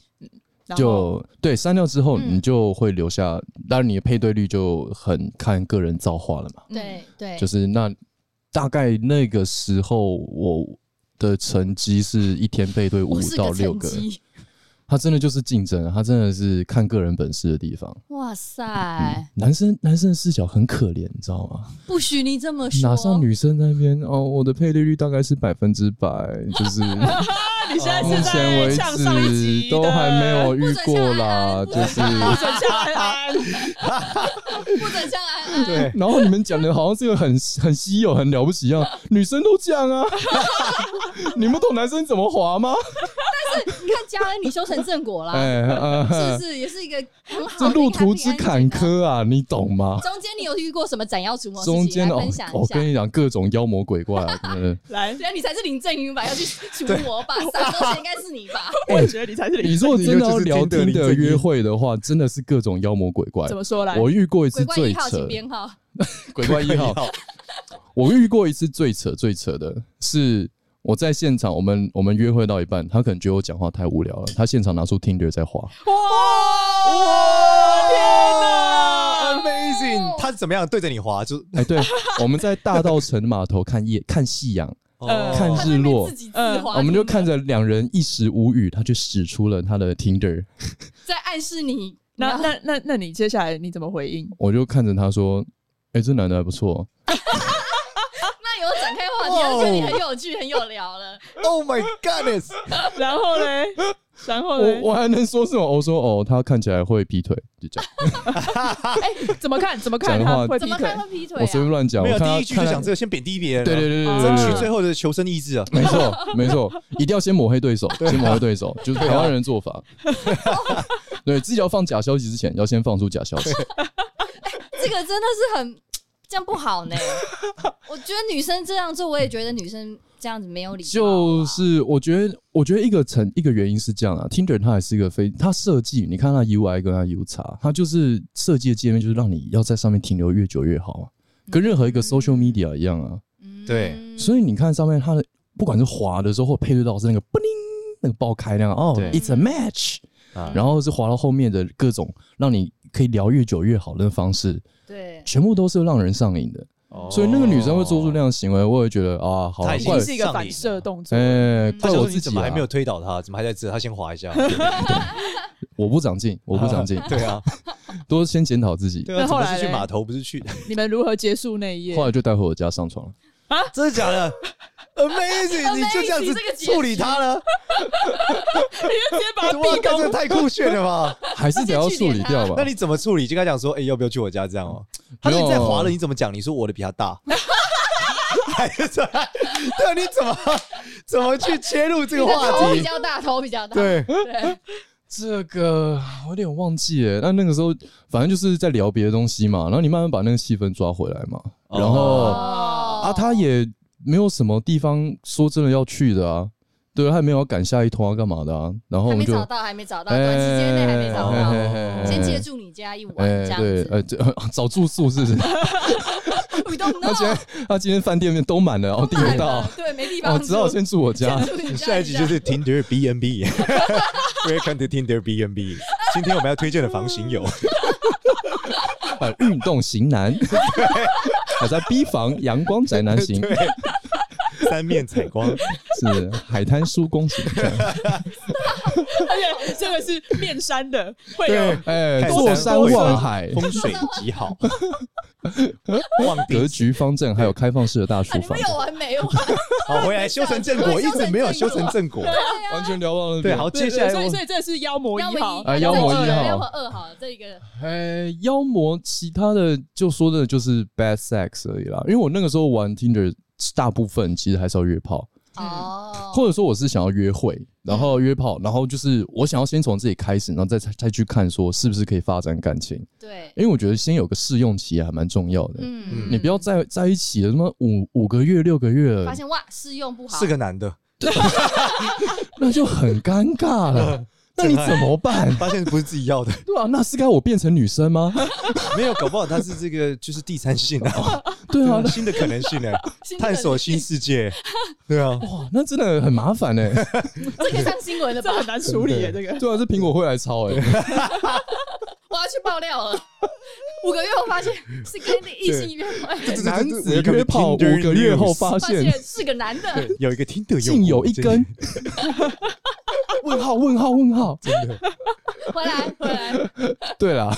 Speaker 1: 然后
Speaker 4: 就对删掉之后，
Speaker 2: 嗯
Speaker 4: 你就会留下，当然你的配对率就很看个人造化了嘛。
Speaker 2: 对对，
Speaker 4: 就是那大概那个时候我的成绩是一天配对五
Speaker 2: 我是
Speaker 4: 到
Speaker 2: 个
Speaker 4: 六
Speaker 2: 成
Speaker 4: 个，
Speaker 2: 绩，
Speaker 4: 他真的就是竞争，他真的是看个人本事的地方。
Speaker 2: 哇塞，
Speaker 4: 男生男生的视角很可怜，你知道吗？
Speaker 2: 不许你这么说。
Speaker 4: 哪像女生那边哦，我的配对率大概是百分之百， 就是。
Speaker 1: 那你现在
Speaker 4: 目
Speaker 1: 是
Speaker 4: 前为
Speaker 1: 在呛上一集
Speaker 4: 止都还没有遇过啦，
Speaker 2: 不
Speaker 4: 就
Speaker 2: 准
Speaker 1: 不
Speaker 4: 是。
Speaker 1: 准 呛安安，
Speaker 2: 不准啊像安安，
Speaker 3: 对，
Speaker 4: 然后你们讲的好像是个很很稀有、很了不起一样，女生都 这样啊，你们懂男生怎么滑吗？
Speaker 2: 你看嘉恩你修成正果啦，
Speaker 4: 哎，
Speaker 2: 啊是
Speaker 4: 呃
Speaker 2: 不是也是一个很好
Speaker 4: 这
Speaker 2: 的
Speaker 4: 路
Speaker 2: 一个 happy
Speaker 4: 途之
Speaker 2: ending
Speaker 4: 坎
Speaker 2: 啊。
Speaker 4: 坷啊，你懂吗？
Speaker 2: 中间你有遇过什么斩妖除魔事情？
Speaker 4: 中间
Speaker 2: 来
Speaker 4: 哦
Speaker 2: 分享，一
Speaker 4: 我
Speaker 2: 下。
Speaker 4: 跟你讲，各种妖魔鬼怪啊，真的。
Speaker 1: 来，
Speaker 2: 对啊，你才是林正英吧？要去除魔吧？撒狗血应该是你 吧？
Speaker 1: 我也觉得你 才是
Speaker 4: 你
Speaker 1: 你
Speaker 4: 如果真的要聊
Speaker 3: 你就是听
Speaker 4: 天
Speaker 3: 得
Speaker 4: 的
Speaker 3: 林正英
Speaker 4: 约会的话，真的是各种妖魔鬼怪
Speaker 1: 怎。么说来？
Speaker 4: 我遇过一次
Speaker 2: 鬼怪
Speaker 4: 最
Speaker 2: 一号，请
Speaker 4: 扯，
Speaker 2: 编号。
Speaker 4: 鬼怪一号，我遇过一次最扯最扯的是，我在现场，我们我们约会到一半，他可能觉得我讲话太无聊了，他现场拿出 Tinder 在滑，
Speaker 1: 哇，
Speaker 3: 哇！天
Speaker 1: 哪哦
Speaker 3: ，Amazing！他是怎么样对着你滑？就
Speaker 4: 哎，对，我们在大道城码头看夜看夕阳，
Speaker 1: 呃
Speaker 3: 哦
Speaker 4: 看
Speaker 2: 他在
Speaker 4: 日
Speaker 2: 那边
Speaker 4: 落嗯
Speaker 2: 自，己自滑，
Speaker 4: 我们就看着两人一时无语，他就使出了他的 Tinder，
Speaker 2: 在暗示你。
Speaker 1: 那
Speaker 2: 然后
Speaker 1: 那那那你接下来你怎么回应？
Speaker 4: 我就看着他说：“哎，这男的还不错。
Speaker 2: 那有展开话题，
Speaker 3: 哇哦
Speaker 2: 他觉得你很有趣，很有聊了。
Speaker 3: Oh my goodness！
Speaker 1: 然后嘞，然后
Speaker 4: 我”
Speaker 1: 嘞，
Speaker 4: 我还能说什么？我说：“哦，他看起来会劈腿。”就这样，
Speaker 1: 哎，怎么看？怎么看
Speaker 4: 讲话
Speaker 1: 他会
Speaker 2: 怎
Speaker 1: 劈
Speaker 2: 么
Speaker 1: 腿
Speaker 2: 看？会劈腿
Speaker 4: 我随便
Speaker 2: 啊？
Speaker 4: 乱讲，
Speaker 3: 没有
Speaker 4: 我看
Speaker 3: 第
Speaker 4: 他
Speaker 3: 一句就
Speaker 4: 看他
Speaker 3: 讲这个，先贬低别人啊，
Speaker 4: 对对对对
Speaker 1: 争取
Speaker 4: 对对
Speaker 3: 取
Speaker 4: 对。
Speaker 3: 最后的求生意志啊。
Speaker 4: 没错，没错，一定要先抹黑对手，先抹黑对啊手，就是台湾人的做 法。对自己要放假消息之前，要先放出假消息。
Speaker 2: 这个真的是很这样不好 呢。我觉得女生这样做，我也觉得女生这样子没有礼貌啊。
Speaker 4: 就是我觉得，我觉得一个成一个原因是这样啊，Tinder 它还是一个非它设计，你看它 UI 跟它 U 叉，它就是设计的界面就是让你要在上面停留越久越好啊，跟任何一个 social media 一样啊。
Speaker 2: 嗯
Speaker 3: 对
Speaker 4: 所以你看上面它的，不管是滑的时候或配对到是那个不灵那个爆开那样哦
Speaker 3: 对
Speaker 4: ，It's a match，
Speaker 3: 啊
Speaker 4: 然后是滑到后面的各种让你可以聊越久越好的方式，
Speaker 2: 对，
Speaker 4: 全部都是让人上瘾的。所以那个女生会做出那样的行为，我也觉得啊，好
Speaker 3: 哦她
Speaker 4: 怪
Speaker 3: 已
Speaker 1: 已
Speaker 3: 经
Speaker 1: 经
Speaker 4: 怪
Speaker 1: 是一个反射动作。
Speaker 4: 哎，
Speaker 3: 哦他
Speaker 4: 怪
Speaker 3: 想
Speaker 4: 我
Speaker 3: 说
Speaker 4: 自
Speaker 3: 你
Speaker 4: 己
Speaker 3: 怎么还
Speaker 4: 啊
Speaker 3: 没有推倒他？怎么还在这？他先滑一下，，
Speaker 4: 我不长进，我不长进
Speaker 3: 对啊，
Speaker 4: 多先检讨自己。
Speaker 3: 对啊，
Speaker 1: 那
Speaker 3: 怎
Speaker 1: 后
Speaker 3: 么
Speaker 1: 来
Speaker 3: 是去
Speaker 1: 嘞
Speaker 3: 码头不是去？
Speaker 1: 你们如何结束那一夜
Speaker 4: 后？来就带回我家上床了。
Speaker 3: 真的假的？ amazing，你就这样
Speaker 2: Amazing，
Speaker 3: 子
Speaker 2: 这个结局
Speaker 3: 处理他了，
Speaker 1: 直接把他
Speaker 3: 哇，
Speaker 1: 逼
Speaker 3: 干这
Speaker 1: 宫。
Speaker 3: 太酷炫了吧？
Speaker 4: 还是得要处理掉
Speaker 3: 那
Speaker 4: 吧。
Speaker 3: 你怎么处理？就跟他讲说，哎，要不要去我家这样哦？他说你在华了，你怎么讲？你说我的比他大，还是这样？对，你怎么怎么去切入这
Speaker 2: 你
Speaker 3: 个
Speaker 2: 的
Speaker 3: 话
Speaker 2: 头比
Speaker 3: 题？
Speaker 2: 较大，头比较大。
Speaker 3: 对，
Speaker 2: 对，
Speaker 4: 这个我有点忘记了。那那个时候，反正就是在聊别的东西嘛，然后你慢慢把那个气氛抓回来嘛。
Speaker 3: 哦
Speaker 4: 然后、
Speaker 2: 哦
Speaker 4: 啊，他也没有什么地方说真的要去的啊，对，他也没有要赶下一通啊，干嘛的啊？然后我
Speaker 2: 还没
Speaker 4: 们就
Speaker 2: 找到，还没找到，短时间内还没找
Speaker 3: 哎
Speaker 2: 到。
Speaker 3: 哎
Speaker 2: 先借住你家一晚
Speaker 4: 哎、
Speaker 2: 这样
Speaker 4: 对，
Speaker 2: 子。
Speaker 4: 呃，这找住宿是不是？
Speaker 2: We don't
Speaker 4: 他今
Speaker 2: know，
Speaker 4: 天他今天饭店面都满了，然后订不到，
Speaker 2: 对，没地
Speaker 4: 哦，
Speaker 2: 方住。
Speaker 4: 只好先住我家。
Speaker 2: 先住你家
Speaker 3: 下一集就是 Tinder B N B。Welcome to Tinder B N B。今天我们要推荐的房型有，
Speaker 4: 呃，运动型男， 我在 B 房阳光宅男型，
Speaker 3: 对，三面采光，
Speaker 4: 是海滩叔 公型，这样
Speaker 1: 而且这个是面山的，会有
Speaker 4: 哎、
Speaker 3: 看
Speaker 4: 坐
Speaker 3: 山
Speaker 4: 山
Speaker 3: 会
Speaker 4: 望
Speaker 3: 山
Speaker 4: 海，
Speaker 3: 风水极好，望
Speaker 4: 格
Speaker 3: 地
Speaker 4: 局方正，还有开放式的大
Speaker 2: 啊，
Speaker 4: 书
Speaker 2: 你
Speaker 4: 房
Speaker 2: 们，有完没完？
Speaker 3: 好回来修成正果，一直没有修成正果。
Speaker 2: 啊
Speaker 4: 完全聊到了
Speaker 3: 对，好，接下
Speaker 1: 所
Speaker 3: 来
Speaker 1: 以
Speaker 3: 我
Speaker 1: 所以这是妖魔
Speaker 2: 要
Speaker 1: 一号，
Speaker 4: 哎妖魔一号
Speaker 2: 妖魔二号这一个
Speaker 4: 呃，妖魔其他的就说真的就是 bad sex 而已啦，因为我那个时候玩 Tinder，大部分其实还是要约炮，
Speaker 2: 哦，嗯
Speaker 4: 或者说我是想要约会，然后约炮，然后就是我想要先从自己开始，然后再再去看说是不是可以发展感情，
Speaker 2: 对，
Speaker 4: 因为我觉得先有个试用期还蛮重要的。
Speaker 2: 嗯
Speaker 4: 你不要在在一起了，他妈五五个月、六个月了
Speaker 2: 发，现哇试用不好，
Speaker 3: 是个男的，
Speaker 4: 那就很尴尬了。那你怎么 办？
Speaker 3: 发现不是自己要的，
Speaker 4: 对啊，那是该我变成女生吗？
Speaker 3: 没有，搞不好他是这个就是第三性啊，
Speaker 4: 对啊，
Speaker 3: 新的可能性呢，
Speaker 2: 新的
Speaker 3: 探索新世界， 对啊，
Speaker 4: 那哇，那真的很麻烦哎、
Speaker 2: 这个上新闻了吧
Speaker 1: 这？ 很难处理耶，这个。
Speaker 4: 对啊，是苹果会来抄哎、
Speaker 2: 我要去爆料了。五个月后发现是跟异性约会，
Speaker 4: 男子约炮五个月后发
Speaker 2: 发
Speaker 4: 现
Speaker 2: 现是个男的，
Speaker 3: 对， 有一个听的
Speaker 4: 竟有一根，问号问号问号。
Speaker 3: 真的，
Speaker 2: 回来回来，
Speaker 4: 对啦，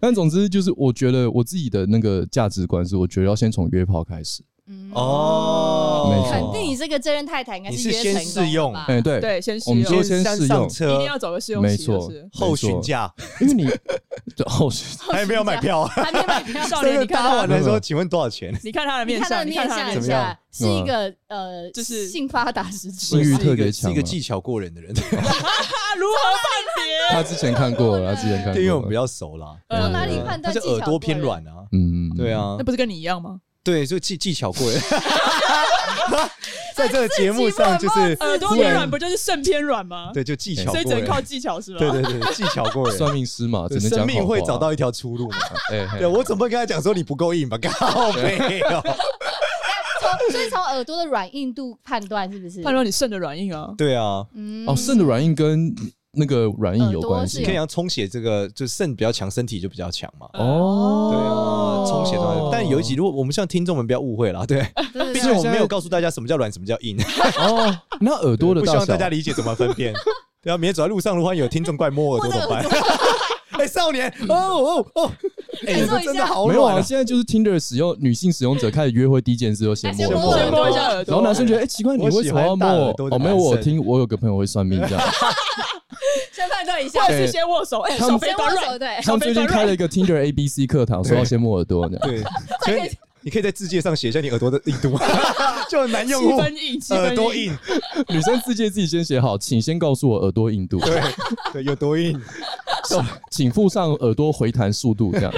Speaker 4: 但总之就是，我觉得我自己的那个价值观是，我觉得要先从约炮开始。
Speaker 2: 嗯，
Speaker 3: 哦，
Speaker 4: 没错
Speaker 2: 肯定你这个真任太太应该
Speaker 3: 你
Speaker 2: 约
Speaker 3: 是
Speaker 2: 成
Speaker 3: 先
Speaker 2: 功
Speaker 3: 试用
Speaker 2: 了吧
Speaker 4: 哎、对，
Speaker 1: 对，先试
Speaker 4: 我们
Speaker 1: 用，
Speaker 4: 说
Speaker 1: 一
Speaker 4: 先试
Speaker 3: 上
Speaker 4: 用，
Speaker 1: 定
Speaker 3: 车
Speaker 1: 要走个试用
Speaker 4: 没
Speaker 1: 期，就
Speaker 4: 错
Speaker 1: 是，
Speaker 3: 后询
Speaker 4: 巡，
Speaker 3: 价，
Speaker 4: 因 为你对后巡
Speaker 3: 还没有买票，
Speaker 2: 还没买票，
Speaker 1: 少
Speaker 3: 这
Speaker 1: 年，
Speaker 3: 个
Speaker 1: 你看
Speaker 3: 搭
Speaker 1: 他
Speaker 3: 完，了说，请问多少钱？
Speaker 1: 你看他的
Speaker 2: 你
Speaker 1: 面
Speaker 2: 看他
Speaker 1: 相，
Speaker 2: 的
Speaker 1: 你
Speaker 2: 面
Speaker 1: 看他的面
Speaker 2: 相一
Speaker 1: 相
Speaker 3: 怎么样
Speaker 2: 下，是一个呃，
Speaker 1: 就是
Speaker 2: 性发达时期
Speaker 4: 性欲特别
Speaker 3: 是
Speaker 4: 强
Speaker 3: 一
Speaker 4: 啊
Speaker 3: 个技巧过人的人，
Speaker 1: 啊，如何判别？
Speaker 4: 他之前看过了，他之前看过了，
Speaker 3: 因为我们比较熟啦，
Speaker 4: 嗯
Speaker 2: 从哪里判
Speaker 3: 他
Speaker 2: 断
Speaker 3: 是
Speaker 2: 技巧过人？
Speaker 3: 耳朵偏软啊，
Speaker 4: 嗯，
Speaker 3: 对啊
Speaker 1: 那，不是跟你一样吗？
Speaker 3: 对，就技技巧过人，在这个节目上就是
Speaker 1: 耳朵偏软不就是肾偏软吗？
Speaker 3: 对，就技巧
Speaker 1: 所以只
Speaker 3: 过
Speaker 1: 能
Speaker 3: 人，
Speaker 1: 靠技巧是吧？
Speaker 3: 对对对，技巧过人，
Speaker 4: 算命师嘛，只能
Speaker 3: 生
Speaker 4: 讲
Speaker 3: 命
Speaker 4: 好
Speaker 3: 会
Speaker 4: 话
Speaker 3: 找到一条出 路嘛。
Speaker 4: 哎，嘿
Speaker 3: 对我怎么跟他讲说你不够硬 吧？靠哦没有，
Speaker 2: 从所以从耳朵的软硬度判断是不是？
Speaker 1: 判断你肾的软硬啊，
Speaker 3: 对啊，
Speaker 2: 嗯
Speaker 4: 哦，肾的软硬跟那个软硬有关
Speaker 2: 耳
Speaker 4: 系
Speaker 2: 朵
Speaker 3: 可
Speaker 2: 是
Speaker 3: 以
Speaker 2: 有
Speaker 3: 要充血，这个就肾比较强，身体就比较强嘛。对
Speaker 4: 哦
Speaker 3: 啊，充血状态。但有一集，如果我们像听众们不要误会啦，对，
Speaker 2: 对
Speaker 3: 毕
Speaker 2: 对
Speaker 3: 竟
Speaker 2: 对
Speaker 3: 我们没有告诉大家什么叫软，什么叫硬，
Speaker 4: 哦，那耳朵的
Speaker 3: 不希
Speaker 4: 大
Speaker 3: 望
Speaker 4: 小
Speaker 3: 大，家理解怎么分辨。对啊，明天走在路上，如果有听众怪摸耳朵怎么办？ 哎，少年，哦哦哦，哎，
Speaker 2: 感
Speaker 3: 你
Speaker 2: 受
Speaker 3: 们
Speaker 2: 一下
Speaker 3: 真的好
Speaker 4: 没有
Speaker 3: 软
Speaker 4: 啊，
Speaker 3: 啊，
Speaker 4: 现在就是 Tinder 使用女性使用者开始约会第一件事就啊先摸
Speaker 2: 先
Speaker 4: 耳朵
Speaker 3: 啊
Speaker 1: 先摸一下耳
Speaker 4: 然
Speaker 1: 朵
Speaker 4: 后，男生觉得，哎，奇怪，你为什么要
Speaker 3: 我喜欢大
Speaker 4: 摸
Speaker 3: 耳
Speaker 4: 我？
Speaker 3: 朵的
Speaker 4: 哦，没有，
Speaker 3: 男生
Speaker 4: 我有听我有个朋友会算命，这样，
Speaker 2: 先判断一下
Speaker 1: 或，者是先握手，哎，
Speaker 4: 他
Speaker 1: 手
Speaker 4: 们
Speaker 1: 非
Speaker 2: 先
Speaker 1: 短
Speaker 2: 握
Speaker 1: 软
Speaker 2: 手，，对，
Speaker 4: 他们最近开了一个 Tinder A B C 课堂，说要先摸耳朵，这样，
Speaker 3: 对，所以你你可以在字界上写一下你耳朵的硬度， 就很难用哦
Speaker 1: 七
Speaker 3: 户
Speaker 1: 分硬，七
Speaker 3: 耳
Speaker 1: 分
Speaker 3: 朵硬，
Speaker 4: 女生自荐自己先写好，请先告诉我耳朵硬度，
Speaker 3: 对对，有多硬。
Speaker 4: 请附上耳朵回弹速度，这样，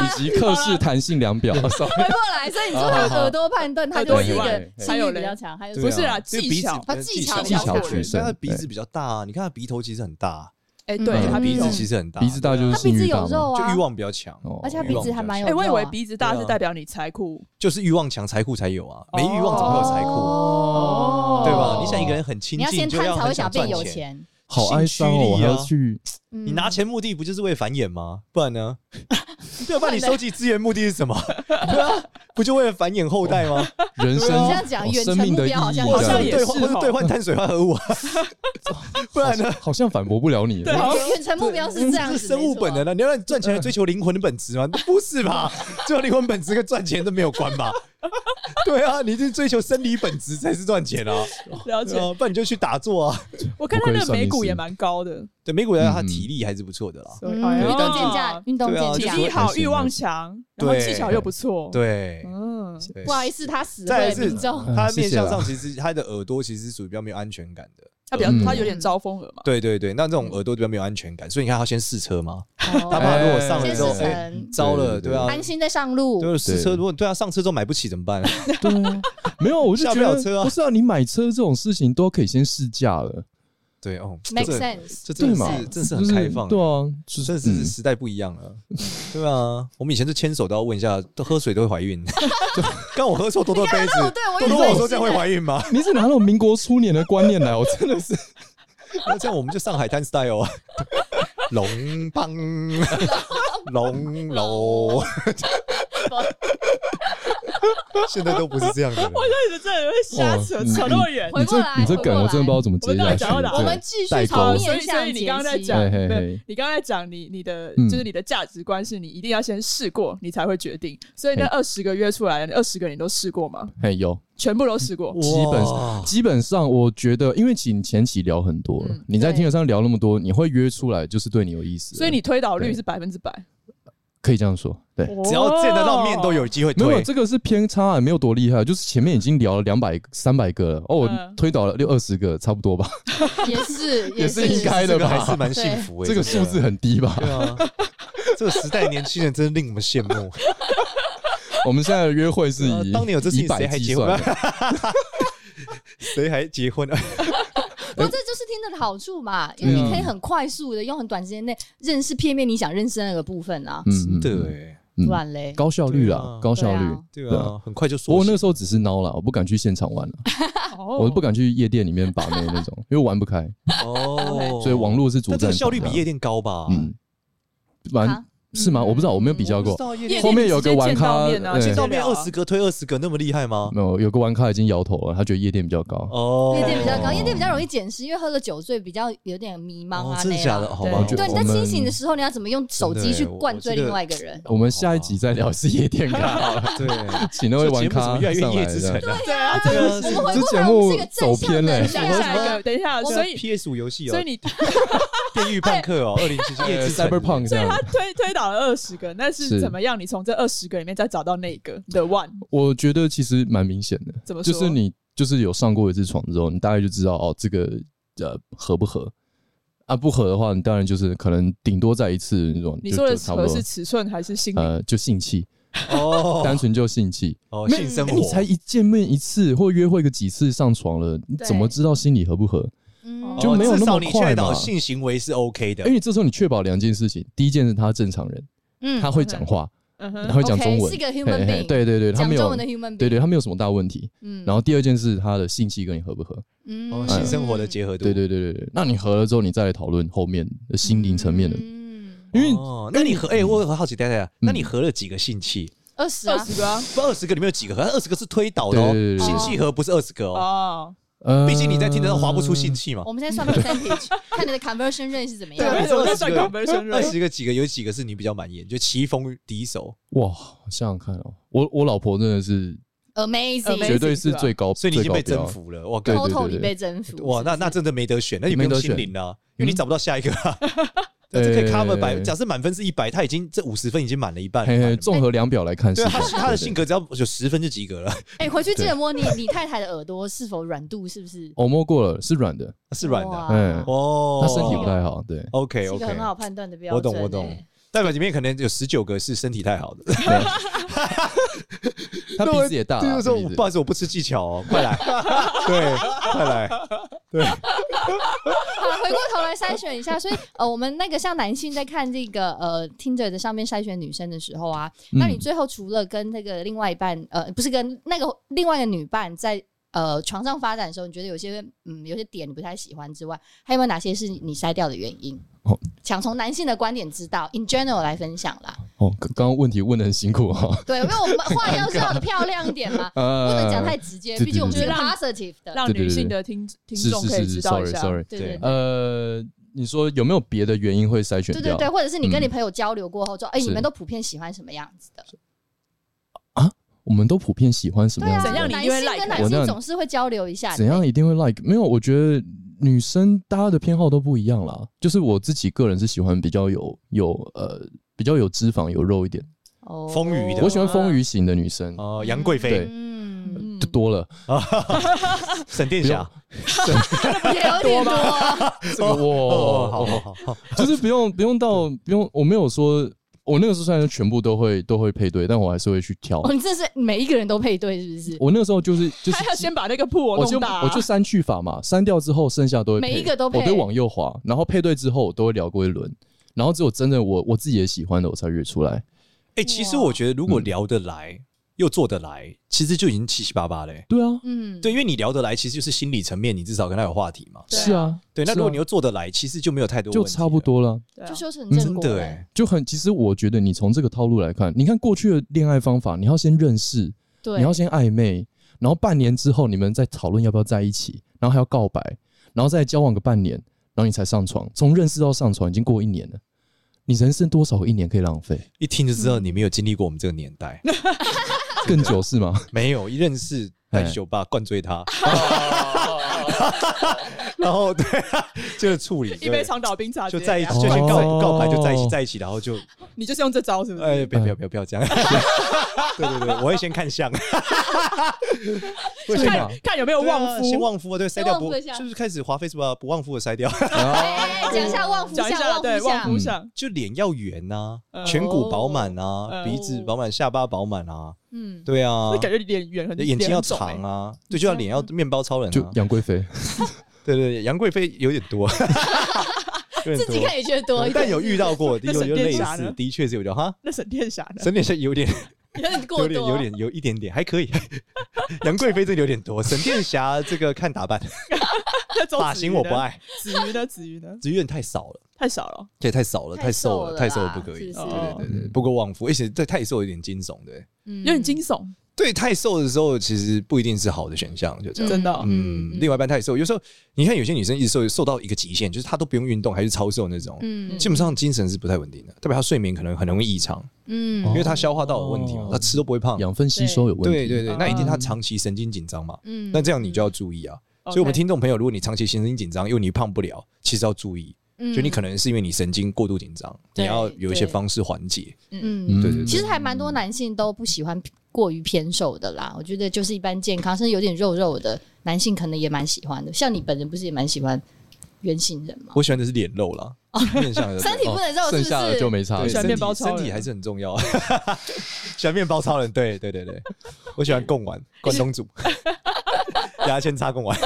Speaker 4: 以及克氏弹性量表。
Speaker 2: 回过来，所以你说他的耳朵判
Speaker 3: 哦
Speaker 2: 断，他就是一个性欲比较强，还有
Speaker 3: 对
Speaker 1: 不是
Speaker 3: 对啊
Speaker 1: 啦，
Speaker 3: 这个
Speaker 1: 技
Speaker 3: 鼻子
Speaker 1: 巧，
Speaker 2: 他
Speaker 3: 呃
Speaker 2: 技巧
Speaker 4: 技巧取胜
Speaker 3: 但他鼻子比较大啊，你看他鼻头其实很大，
Speaker 1: 哎，
Speaker 4: 嗯
Speaker 1: 对他鼻
Speaker 3: 鼻子
Speaker 1: 头。
Speaker 3: 其实很大，
Speaker 4: 鼻子大就是
Speaker 2: 他鼻
Speaker 4: 性
Speaker 2: 子
Speaker 4: 欲大
Speaker 2: 有
Speaker 4: 嘛，
Speaker 2: 肉
Speaker 3: 就
Speaker 2: 啊
Speaker 3: 欲，望比较强，
Speaker 4: 哦
Speaker 2: 而且他鼻子还蛮有
Speaker 1: 哎，
Speaker 2: 肉啊。
Speaker 1: 我以为鼻子大
Speaker 3: 对
Speaker 1: 是
Speaker 3: 啊
Speaker 1: 代表你财库，
Speaker 3: 就是欲望强，财库才有啊，
Speaker 4: 哦
Speaker 3: 没欲望怎么会有财库？
Speaker 2: 哦
Speaker 3: 对吧？你想一个人很亲
Speaker 2: 你要
Speaker 3: 近，
Speaker 2: 先
Speaker 3: 就
Speaker 2: 贪才
Speaker 3: 很
Speaker 2: 会想
Speaker 3: 赚
Speaker 2: 变有
Speaker 3: 钱。
Speaker 2: 钱，
Speaker 4: 好哀伤哦，我还要
Speaker 3: 性
Speaker 4: 去
Speaker 2: 嗯
Speaker 3: 啊你拿钱目的不就是为繁衍吗？不然呢？对啊，不然你收集资源目的是什么？对啊，不就为了繁衍后代吗？
Speaker 4: 人生
Speaker 2: 这样讲
Speaker 4: 哦
Speaker 2: 远程
Speaker 4: 生命的
Speaker 2: 目
Speaker 4: 意义
Speaker 2: 标好像
Speaker 4: 这
Speaker 2: 也
Speaker 4: 样
Speaker 3: 好像
Speaker 1: 也
Speaker 3: 对
Speaker 1: 是
Speaker 3: 换或者
Speaker 1: 哦
Speaker 3: 兑换碳水化合物 啊，不然呢？
Speaker 4: 好像反驳不了你。
Speaker 1: 对
Speaker 3: 啊
Speaker 1: 好像
Speaker 2: 远程目标是这样
Speaker 3: 这
Speaker 2: 子，
Speaker 3: 是生物本能
Speaker 2: 的。
Speaker 3: 啊！你要让你赚钱来追求灵魂的本质 吗？不是吧？追求灵魂本质跟赚钱都没有关吧？ 对啊，你是追求生理本质才是赚钱啊！
Speaker 1: 了
Speaker 3: 对
Speaker 1: 解。
Speaker 3: 啊，不然你就去打坐啊！
Speaker 1: 我看他那
Speaker 4: 不愧
Speaker 1: 个
Speaker 4: 算
Speaker 1: 美
Speaker 4: 命
Speaker 1: 股
Speaker 4: 师
Speaker 1: 也蛮高的，
Speaker 3: 对，美股人他
Speaker 4: 嗯
Speaker 3: 体力还是不错的啦。
Speaker 1: 所以
Speaker 2: 嗯
Speaker 1: 哎呀
Speaker 2: 运动健将，运动
Speaker 3: 对啊
Speaker 2: 健
Speaker 1: 体
Speaker 2: 将
Speaker 3: 哦就
Speaker 1: 力
Speaker 3: 是。
Speaker 1: 好，
Speaker 4: 还行
Speaker 1: 欲望强，然后
Speaker 3: 对
Speaker 1: 技巧又不错。，
Speaker 3: 对，
Speaker 1: 嗯，
Speaker 3: 对
Speaker 2: 不好意思，他死
Speaker 3: 再
Speaker 2: 会
Speaker 3: 来是
Speaker 2: 民 众。哦
Speaker 4: 嗯
Speaker 3: 他
Speaker 4: 谢
Speaker 3: 面
Speaker 4: 谢
Speaker 3: 相
Speaker 4: 啦
Speaker 3: 上其实他的耳朵其实是属于比较没有安全感的。
Speaker 1: 他比较
Speaker 4: 嗯
Speaker 1: 他有点招风耳 嘛。
Speaker 3: 对对对，那这种耳朵比较没有安全感，所以你看他先试车嘛，他怕
Speaker 2: 嗯哦
Speaker 3: 如果上
Speaker 2: 先
Speaker 3: 了之
Speaker 2: 试
Speaker 3: 后，
Speaker 4: 哎
Speaker 3: 哎
Speaker 2: 成，
Speaker 3: 糟了，
Speaker 4: 对对
Speaker 3: 对啊，
Speaker 2: 安心再上路。
Speaker 3: 对试车，
Speaker 4: 对
Speaker 3: 如果对啊，上车之后买不起怎么办？
Speaker 4: 对啊，没有，我就
Speaker 3: 下
Speaker 4: 觉
Speaker 3: 不了车啊
Speaker 4: 得不是啊，你买车这种事情都可以先试驾了，
Speaker 3: 对哦，
Speaker 2: Make
Speaker 3: 这
Speaker 2: sense，
Speaker 3: 这真的
Speaker 4: 对嘛
Speaker 3: 是真的是
Speaker 4: 就
Speaker 3: 很开放，欸
Speaker 4: 对啊，就
Speaker 3: 真的是时代不一样了， 对啊，我们以前是牵手都要问一下，都喝水都会怀 孕，就刚我喝错多多杯子，
Speaker 2: 哦，对我
Speaker 3: 多
Speaker 2: 有
Speaker 3: 多我说这样
Speaker 2: 关
Speaker 3: 会
Speaker 2: 心
Speaker 3: 怀孕吗？
Speaker 4: 你是拿那种民国初年的观念来，我真 的是
Speaker 3: 那 这样我们就上海滩 style 啊，龙帮 龙楼，现在都不是这样的了。
Speaker 1: 我觉得你真的会瞎扯，
Speaker 4: 哇
Speaker 1: 扯那么远。
Speaker 2: 回
Speaker 4: 你
Speaker 2: 过
Speaker 4: 这
Speaker 2: 来
Speaker 4: 你这
Speaker 2: 回
Speaker 4: 梗
Speaker 2: 过
Speaker 4: 我真的不知道怎么接
Speaker 1: 我
Speaker 4: 下
Speaker 1: 们
Speaker 4: 去
Speaker 1: 讲到哪。
Speaker 2: 我们
Speaker 4: 对
Speaker 2: 继续
Speaker 4: 代
Speaker 2: 从
Speaker 4: 沟
Speaker 1: 所以
Speaker 2: 面
Speaker 1: 所
Speaker 2: 向
Speaker 1: 以你刚刚在
Speaker 2: 解析
Speaker 1: 讲，
Speaker 4: 嘿嘿
Speaker 1: 没有
Speaker 4: 嘿
Speaker 1: 你刚刚在讲你你的
Speaker 4: 嗯
Speaker 1: 就是你的价值观是你一定要先试过，你才会决定。所以那二十个约出来，二十个你都试过吗？
Speaker 4: 嘿有，
Speaker 1: 全部都试
Speaker 3: 嗯
Speaker 1: 过。
Speaker 4: 基本
Speaker 3: 哇
Speaker 4: 基本上我觉得，因为其实你前期聊很多了
Speaker 1: 嗯，
Speaker 4: 你在
Speaker 2: 对
Speaker 4: 听友上聊那么多，你会约出来就是对你有意思了，
Speaker 1: 所以你推导率
Speaker 4: 对
Speaker 1: 是百分之百，
Speaker 4: 可以这样说，对。
Speaker 3: 只要见得到面都有机会
Speaker 4: 没有，
Speaker 3: 推。
Speaker 4: 这个是偏差，没有多厉害，就是前面已经聊了两百、三百个了，哦，我
Speaker 1: 嗯
Speaker 4: 推倒了六二十个，差不多吧，
Speaker 2: 也 是
Speaker 4: 也是应该的
Speaker 3: 这个
Speaker 4: 吧
Speaker 3: 还是蛮幸福诶，
Speaker 4: 这个
Speaker 3: 真
Speaker 4: 数
Speaker 3: 的
Speaker 4: 字很低吧？
Speaker 3: 对啊， 这个时代年轻人真的令我们羡慕。
Speaker 4: 我们现在的约会是
Speaker 3: 呃
Speaker 4: 以
Speaker 3: 当年有这事
Speaker 4: 以
Speaker 3: 情，谁
Speaker 4: 百
Speaker 3: 还
Speaker 4: 计
Speaker 3: 结
Speaker 4: 算嗯
Speaker 3: 婚
Speaker 4: 的，？
Speaker 3: 谁还结婚？
Speaker 4: 哎
Speaker 2: 不过这就是听的好处嘛，
Speaker 4: 啊
Speaker 2: 因为你可以很快速的用很短时间内认识片面你想认识的那个部分啊，
Speaker 4: 嗯，嗯嗯
Speaker 3: 对，
Speaker 4: 嗯
Speaker 2: 不然嘞，
Speaker 4: 高效率
Speaker 3: 对啊
Speaker 4: 啦，高效
Speaker 2: 对
Speaker 4: 率
Speaker 2: 啊。
Speaker 3: 欸对
Speaker 4: 对
Speaker 3: 啊，很快就
Speaker 4: 不
Speaker 3: 说。
Speaker 4: 过那个时候只是孬啦，我不敢去现场玩了，
Speaker 1: 哦
Speaker 4: 我不敢去夜店里面把妹那种，因为玩不开，
Speaker 3: 哦，
Speaker 4: 所以网络是主
Speaker 3: 但这
Speaker 4: 战
Speaker 3: 个
Speaker 4: 场
Speaker 3: 效率比
Speaker 4: 这样
Speaker 3: 夜店高吧？
Speaker 4: 嗯，玩
Speaker 2: 啊
Speaker 4: 是吗？我不知道，我没有
Speaker 3: 嗯
Speaker 4: 比较过。
Speaker 3: 过
Speaker 1: 夜店
Speaker 4: 后面有个玩咖
Speaker 1: 你直接见到面啊
Speaker 4: 对
Speaker 1: 见
Speaker 3: 照
Speaker 1: 到
Speaker 3: 面
Speaker 1: 面
Speaker 3: 二十个推二十个，那么厉害吗？
Speaker 4: 没有，有个玩咖已经摇头了，他觉得夜店比较高。
Speaker 3: 哦，
Speaker 2: 夜店比较高，夜店比较容易捡拾，因为喝了酒醉比较有点迷茫
Speaker 3: 哦
Speaker 2: 啊，，
Speaker 3: 真的
Speaker 2: 那
Speaker 3: 假
Speaker 2: 样
Speaker 3: 的？好
Speaker 1: 对
Speaker 3: 吧，
Speaker 4: 我觉
Speaker 2: 对，
Speaker 4: 得
Speaker 2: 你
Speaker 4: 我
Speaker 2: 在
Speaker 4: 们
Speaker 2: 清醒的时候，你要怎么用手机去灌醉另外一个人？
Speaker 4: 我们下一集再聊是夜店咖，
Speaker 3: 好了，对，
Speaker 4: 请那位玩咖
Speaker 3: 这节目怎么越来
Speaker 4: 上来
Speaker 3: 越夜之城
Speaker 4: 这
Speaker 3: 啊
Speaker 4: 样。
Speaker 1: 对啊，这
Speaker 3: 对
Speaker 1: 个
Speaker 3: 啊
Speaker 2: 我
Speaker 3: 是
Speaker 2: 们回过
Speaker 4: 这节
Speaker 2: 来，我
Speaker 4: 目
Speaker 2: 们是一个
Speaker 4: 走
Speaker 2: 正
Speaker 4: 偏
Speaker 2: 向
Speaker 4: 嘞
Speaker 2: 的
Speaker 1: 下
Speaker 2: 向
Speaker 1: 下一
Speaker 2: 上
Speaker 1: 个，等一下，所以
Speaker 3: PS 五游戏哦
Speaker 1: 所以，你
Speaker 3: 地狱判客哦，二零七七夜 之城
Speaker 4: Cyberpunk 这
Speaker 1: 所以
Speaker 4: 样
Speaker 1: 他，推推倒了二十个，那是
Speaker 4: 是
Speaker 1: 怎么样？你从这二十个里面再找到那个 the one，
Speaker 4: 我觉得其实蛮明显的，
Speaker 1: 怎么
Speaker 4: 就
Speaker 1: 说？
Speaker 4: 是你就是有上过一次床之后，你大概就知道哦，这个呃合不合啊？不合的话，你当然就是可能顶多再一次那种，
Speaker 1: 你
Speaker 4: 就
Speaker 1: 说的
Speaker 4: 就差不
Speaker 1: 合
Speaker 4: 多
Speaker 1: 是尺寸还是心理？
Speaker 4: 呃，就性器，单
Speaker 3: 哦
Speaker 4: 纯就性器。
Speaker 3: 哦，
Speaker 4: 没
Speaker 3: 性生
Speaker 4: 你才
Speaker 3: 活
Speaker 4: 一见面一次或约会个几次上床了，你
Speaker 2: 对
Speaker 4: 怎么知道心里合不合？
Speaker 2: 嗯
Speaker 4: 就没有
Speaker 3: 哦
Speaker 4: 那么
Speaker 3: 至少你确
Speaker 4: 快嘛
Speaker 3: 保性行为是 OK 的
Speaker 4: 因，为这时候你确保两件事情：第一件是他正常人，
Speaker 2: 嗯
Speaker 4: 他会讲话，
Speaker 1: 嗯
Speaker 4: 他
Speaker 1: 哼，
Speaker 4: 会讲中
Speaker 2: OK，
Speaker 4: 文，
Speaker 2: 是个
Speaker 4: 嘿
Speaker 2: human
Speaker 4: 嘿
Speaker 2: being，
Speaker 4: 对对对，他
Speaker 2: 讲
Speaker 4: 没
Speaker 2: 中
Speaker 4: 有
Speaker 2: 文，的 human being，
Speaker 4: 对对，他没有什么大问题。
Speaker 2: 嗯
Speaker 4: 然后第二件事，他的性器跟你合不合？
Speaker 3: 哦
Speaker 2: 嗯，
Speaker 3: 性生活的结合度，
Speaker 4: 对对对对对。那你合了之后，你再来讨论后面的心灵层面的，
Speaker 2: 嗯，
Speaker 4: 因为
Speaker 3: 哦，那你合
Speaker 1: 嗯
Speaker 3: 哎，我很好奇，等一下等一下，
Speaker 4: 嗯
Speaker 3: 那你合了几个性器？
Speaker 2: 二十
Speaker 1: 二
Speaker 2: 啊，
Speaker 1: 十个啊
Speaker 3: 不，二十个里面有几个合？二十个是推导的哦
Speaker 4: 对对对，对
Speaker 3: 性器合不是二十个哦。
Speaker 1: 哦，
Speaker 4: 呃，
Speaker 3: 毕竟你在听得到划不出性器嘛。
Speaker 2: 我们现在算 percentage，看你的 conversion rate 是怎么
Speaker 1: 对，啊
Speaker 2: 样
Speaker 3: 对。
Speaker 1: 我在
Speaker 3: 20
Speaker 1: 算
Speaker 3: 个
Speaker 1: conversion
Speaker 3: 二
Speaker 1: rate，
Speaker 3: 十个几个有几个是你比较满意的？就棋逢敌手，
Speaker 4: 哇，想想看哦，我我老婆真的是
Speaker 1: Amazing
Speaker 2: Amazing，
Speaker 4: 绝对是最高，
Speaker 3: 啊所以你已
Speaker 4: 最
Speaker 3: 经
Speaker 4: 高
Speaker 3: 被
Speaker 4: 标
Speaker 3: 征。服了。哇，
Speaker 4: 对
Speaker 3: 干
Speaker 4: 对对
Speaker 2: total
Speaker 4: 对
Speaker 2: 你被征服。
Speaker 3: 哇，那那真的没得选，那你不
Speaker 4: 没得
Speaker 3: 用
Speaker 4: 选
Speaker 3: 心灵了，因为你找不到下一个 啊。那
Speaker 4: 嗯
Speaker 3: 这可以 cover
Speaker 4: 呃
Speaker 3: 百，假设满分是一百，他已经这五十分已经满了一半了
Speaker 4: 嘿
Speaker 3: 满
Speaker 4: 嘿，
Speaker 3: 了。
Speaker 4: 综合量表来看是
Speaker 3: 啊对
Speaker 4: 这
Speaker 3: 啊
Speaker 4: 样，
Speaker 3: 他他的
Speaker 4: 对
Speaker 3: 性。格只要有十分就及格了，
Speaker 2: 哎，回去记得摸你你太太的耳朵是否软度是不是
Speaker 4: 我哦摸过了，是软的，
Speaker 3: 是软的。
Speaker 4: 嗯
Speaker 3: 哦，
Speaker 4: 他身体不太好，对，
Speaker 3: OK
Speaker 2: 是一个很
Speaker 3: OK，
Speaker 2: 好判断的标准。
Speaker 3: 我懂我懂
Speaker 2: 哎。
Speaker 3: 代表里面可能有十九个是身体太好的，
Speaker 4: 他鼻子也大
Speaker 3: 这
Speaker 4: 啦，
Speaker 3: 就是
Speaker 4: 他
Speaker 3: 说
Speaker 4: 鼻子
Speaker 3: 不好意思，我不吃技巧哦，快 来，对，快来，
Speaker 2: 哦好了，回过头来筛选一下，所以呃，我们那个像男性在看这个呃 Tinder 的上面筛选女生的时候啊，那你
Speaker 4: 嗯
Speaker 2: 最后除了跟那个另外一半，呃，不是跟那个另外一个女伴在呃床上发展的时候，你觉得有些嗯有些点你不太喜欢之外，还有没有哪些是你筛掉的原因？
Speaker 4: 哦
Speaker 2: 想从男性的观点知道，in general 来分享啦。
Speaker 4: 哦，刚刚问题问的很辛苦啊 哈、
Speaker 2: 对，因为我们话要绕的漂亮一点嘛，
Speaker 4: 呃，
Speaker 2: 不能讲太直接，
Speaker 4: 对对
Speaker 2: 毕竟我们是
Speaker 1: 对对
Speaker 2: positive 的。
Speaker 1: 让
Speaker 4: 对对
Speaker 1: 女性
Speaker 4: 对
Speaker 1: 的听听
Speaker 4: 是
Speaker 1: 众
Speaker 4: 是
Speaker 1: 可以
Speaker 4: 是
Speaker 1: 知
Speaker 4: 是
Speaker 1: 道一
Speaker 4: ，sorry
Speaker 1: 下。
Speaker 4: sorry，
Speaker 2: 对对对
Speaker 4: 呃，你说有没有别的原因会筛选
Speaker 2: 对对
Speaker 4: 掉？
Speaker 2: 对，或者是你跟
Speaker 4: 嗯
Speaker 2: 你朋友交流过后说，哎，你
Speaker 4: 是
Speaker 2: 们都普遍喜欢什么样子的？
Speaker 4: 我们都普遍喜欢什么
Speaker 2: 对
Speaker 4: 样
Speaker 2: 啊，
Speaker 4: 子的？
Speaker 1: 怎样你
Speaker 2: 男
Speaker 1: 一定会
Speaker 2: 性
Speaker 1: like
Speaker 2: 跟
Speaker 1: 的
Speaker 2: 男
Speaker 4: 我那
Speaker 2: 性
Speaker 4: 样
Speaker 2: 总是会交流一下的。
Speaker 4: 怎样一定会 like？没有，我觉得女生大家的偏好都不一样啦。就是我自己个人是喜欢比较有有呃比较有脂肪有肉一点，
Speaker 2: 哦
Speaker 3: 丰腴的
Speaker 4: 我喜欢丰腴型的女生，
Speaker 3: 哦，杨贵妃、
Speaker 2: 嗯，
Speaker 1: 嗯
Speaker 4: 就多了。
Speaker 3: 沈殿霞，
Speaker 2: 也有点多。
Speaker 4: 这个
Speaker 3: 哦，
Speaker 4: 我
Speaker 3: 好好好好，
Speaker 4: 就是不用不用到不用，我没有说。我那个时候虽然全部都会都会配对，但我还是会去挑。
Speaker 2: 哦，你这是每一个人都配对是不是？
Speaker 4: 我那个时候就是就是
Speaker 1: 他要先把那个破
Speaker 4: 我
Speaker 1: 弄
Speaker 4: 就
Speaker 1: 大、啊
Speaker 4: 我就删去法嘛，删掉之后剩下都会配
Speaker 2: 每一个都配
Speaker 4: 我都往右滑，然后配对之后我都会聊过一轮，然后只有真的我我自己也喜欢的我才约出来。
Speaker 3: 哎，其实我觉得如果聊得来又做得来，其实就已经七七八八嘞。
Speaker 4: 对啊，
Speaker 2: 嗯，
Speaker 3: 对，因为你聊得来，其实就是心理层面，你至少跟他有话题嘛。
Speaker 2: 对啊
Speaker 4: 是啊，
Speaker 3: 对，那
Speaker 4: 是啊
Speaker 3: 如果你又做得来，其实就没有太多问
Speaker 4: 就
Speaker 3: 题了
Speaker 4: 差不，多嗯了，
Speaker 1: 对啊
Speaker 2: 就修成正
Speaker 3: 真
Speaker 2: 果
Speaker 3: 的
Speaker 2: 了。
Speaker 3: 哎，
Speaker 4: 就很其实我觉得你从这个套路来看，你看过去的恋爱方法，你要先认识，
Speaker 2: 对，
Speaker 4: 你要先暧昧，然后半年之后你们再讨论要不要在一起，然后还要告白，然后再交往个半年，然后你才上床，从认识到上床已经过一年了，你人生多少个一年可以浪费？
Speaker 3: 一听就知
Speaker 2: 嗯
Speaker 3: 道你没有经历过我们这个年代，
Speaker 4: 更久是吗？
Speaker 3: 没有一认识带去酒吧灌 醉他， 然后对， 就是处理
Speaker 1: 一杯
Speaker 3: 对
Speaker 1: 长岛冰茶
Speaker 3: 就
Speaker 1: 直接
Speaker 3: 在一
Speaker 1: 给
Speaker 3: 起，
Speaker 1: 他
Speaker 3: 就先告
Speaker 4: 哦
Speaker 3: 告白，就在一起，在一起，然后就
Speaker 1: 你就是用这招是不是？
Speaker 3: 哎，不要不要不要不要这样。 对对对，我会先看相，
Speaker 4: 为什
Speaker 1: 看
Speaker 4: 么？
Speaker 1: 看有没有旺
Speaker 3: 对啊先
Speaker 1: 夫。
Speaker 3: 旺夫啊，对，筛掉
Speaker 2: 旺
Speaker 3: 不
Speaker 2: 夫一下
Speaker 3: 就是开始滑 Facebook 啊不旺夫的筛掉，
Speaker 2: 哎哎，哎讲一下旺夫
Speaker 1: 讲一
Speaker 2: 相，
Speaker 1: 下，
Speaker 2: 旺
Speaker 1: 对，
Speaker 2: 夫
Speaker 1: 旺
Speaker 2: 相
Speaker 1: 夫相，
Speaker 3: 就脸要圆呐
Speaker 1: 嗯，
Speaker 3: 颧骨饱满啊，
Speaker 1: 哦
Speaker 3: 鼻子饱满，下巴饱满啊，
Speaker 2: 嗯，
Speaker 3: 对啊
Speaker 1: 会，感觉脸圆很，
Speaker 3: 眼睛要
Speaker 1: 脸很肿
Speaker 3: 长
Speaker 1: 欸。
Speaker 3: 啊，对，就要脸要面包超人
Speaker 4: 就
Speaker 3: 啊，
Speaker 4: 杨贵妃。
Speaker 3: 对对对，杨贵妃有点多，有点
Speaker 2: 自己
Speaker 3: 多
Speaker 2: 看也觉得多一点，
Speaker 3: 但有遇到过，
Speaker 1: 那
Speaker 3: 有
Speaker 1: 沈
Speaker 3: 有类
Speaker 1: 殿霞呢
Speaker 3: 似，的确是有点哈，
Speaker 1: 那沈殿霞呢？
Speaker 3: 沈殿霞有点
Speaker 2: 有点过
Speaker 3: 有
Speaker 2: 多，
Speaker 3: 点有点有一点点还可以， 杨贵妃这有点多，沈殿霞这个看打扮
Speaker 1: 那周
Speaker 3: 发
Speaker 1: 子
Speaker 3: 型
Speaker 1: 瑜
Speaker 3: 我
Speaker 1: 呢
Speaker 3: 不。爱，
Speaker 1: 子瑜呢？子瑜呢？
Speaker 3: 只是有点太少了，
Speaker 1: 太少了。
Speaker 3: 对，太少了，太瘦了，
Speaker 2: 啦
Speaker 3: 太瘦了不可以
Speaker 2: 是。不是
Speaker 1: 哦
Speaker 3: 对对对，不过旺夫，而且这太瘦有点惊悚，对
Speaker 2: 有
Speaker 1: 嗯有点惊悚，
Speaker 3: 对，太瘦的时候其实不一定是好的选项，就这样。
Speaker 1: 真的哦
Speaker 3: 嗯，另外一半太瘦，有时候你看有些女生一直瘦瘦到一个极限，就是她都不用运动，还是超瘦那种，
Speaker 2: 嗯
Speaker 3: 基本上精神是不太稳定的，代表她睡眠可能很容易异常，
Speaker 2: 嗯
Speaker 3: 因为她消化道有问题嘛
Speaker 4: 哦，
Speaker 3: 她吃都不会胖。
Speaker 4: 养分吸收有问题。
Speaker 3: 对对对，那一定她
Speaker 1: 嗯
Speaker 3: 长期神经紧张嘛，
Speaker 2: 嗯
Speaker 3: 那这样你就要注意啊。所以，我们听众朋友，如果你长期神经紧张，因为你胖不了，其实要注意，
Speaker 2: 就
Speaker 3: 就你可能是因为你神经过度紧张，
Speaker 2: 嗯对
Speaker 3: 你要有一些
Speaker 2: 对
Speaker 3: 方式缓解。
Speaker 2: 嗯，
Speaker 3: 对对对
Speaker 2: 其实还蛮多男性都不喜欢过于偏瘦的啦。我觉得就是一般健康，甚至有点肉肉的男性可能也蛮喜欢的。像你本人不是也蛮喜欢圆形人 吗？
Speaker 3: 我喜欢的是脸肉啦，面向的
Speaker 2: 身体不能肉是
Speaker 4: 哦剩
Speaker 2: 不？
Speaker 4: 下的就是没差
Speaker 3: 对
Speaker 1: 喜欢
Speaker 4: 了。
Speaker 3: 身
Speaker 1: 面
Speaker 3: 体
Speaker 1: 包超人
Speaker 3: 身体还是很重要。 喜欢面包超人，对对对对，我喜欢贡丸、关东煮、牙签插贡丸。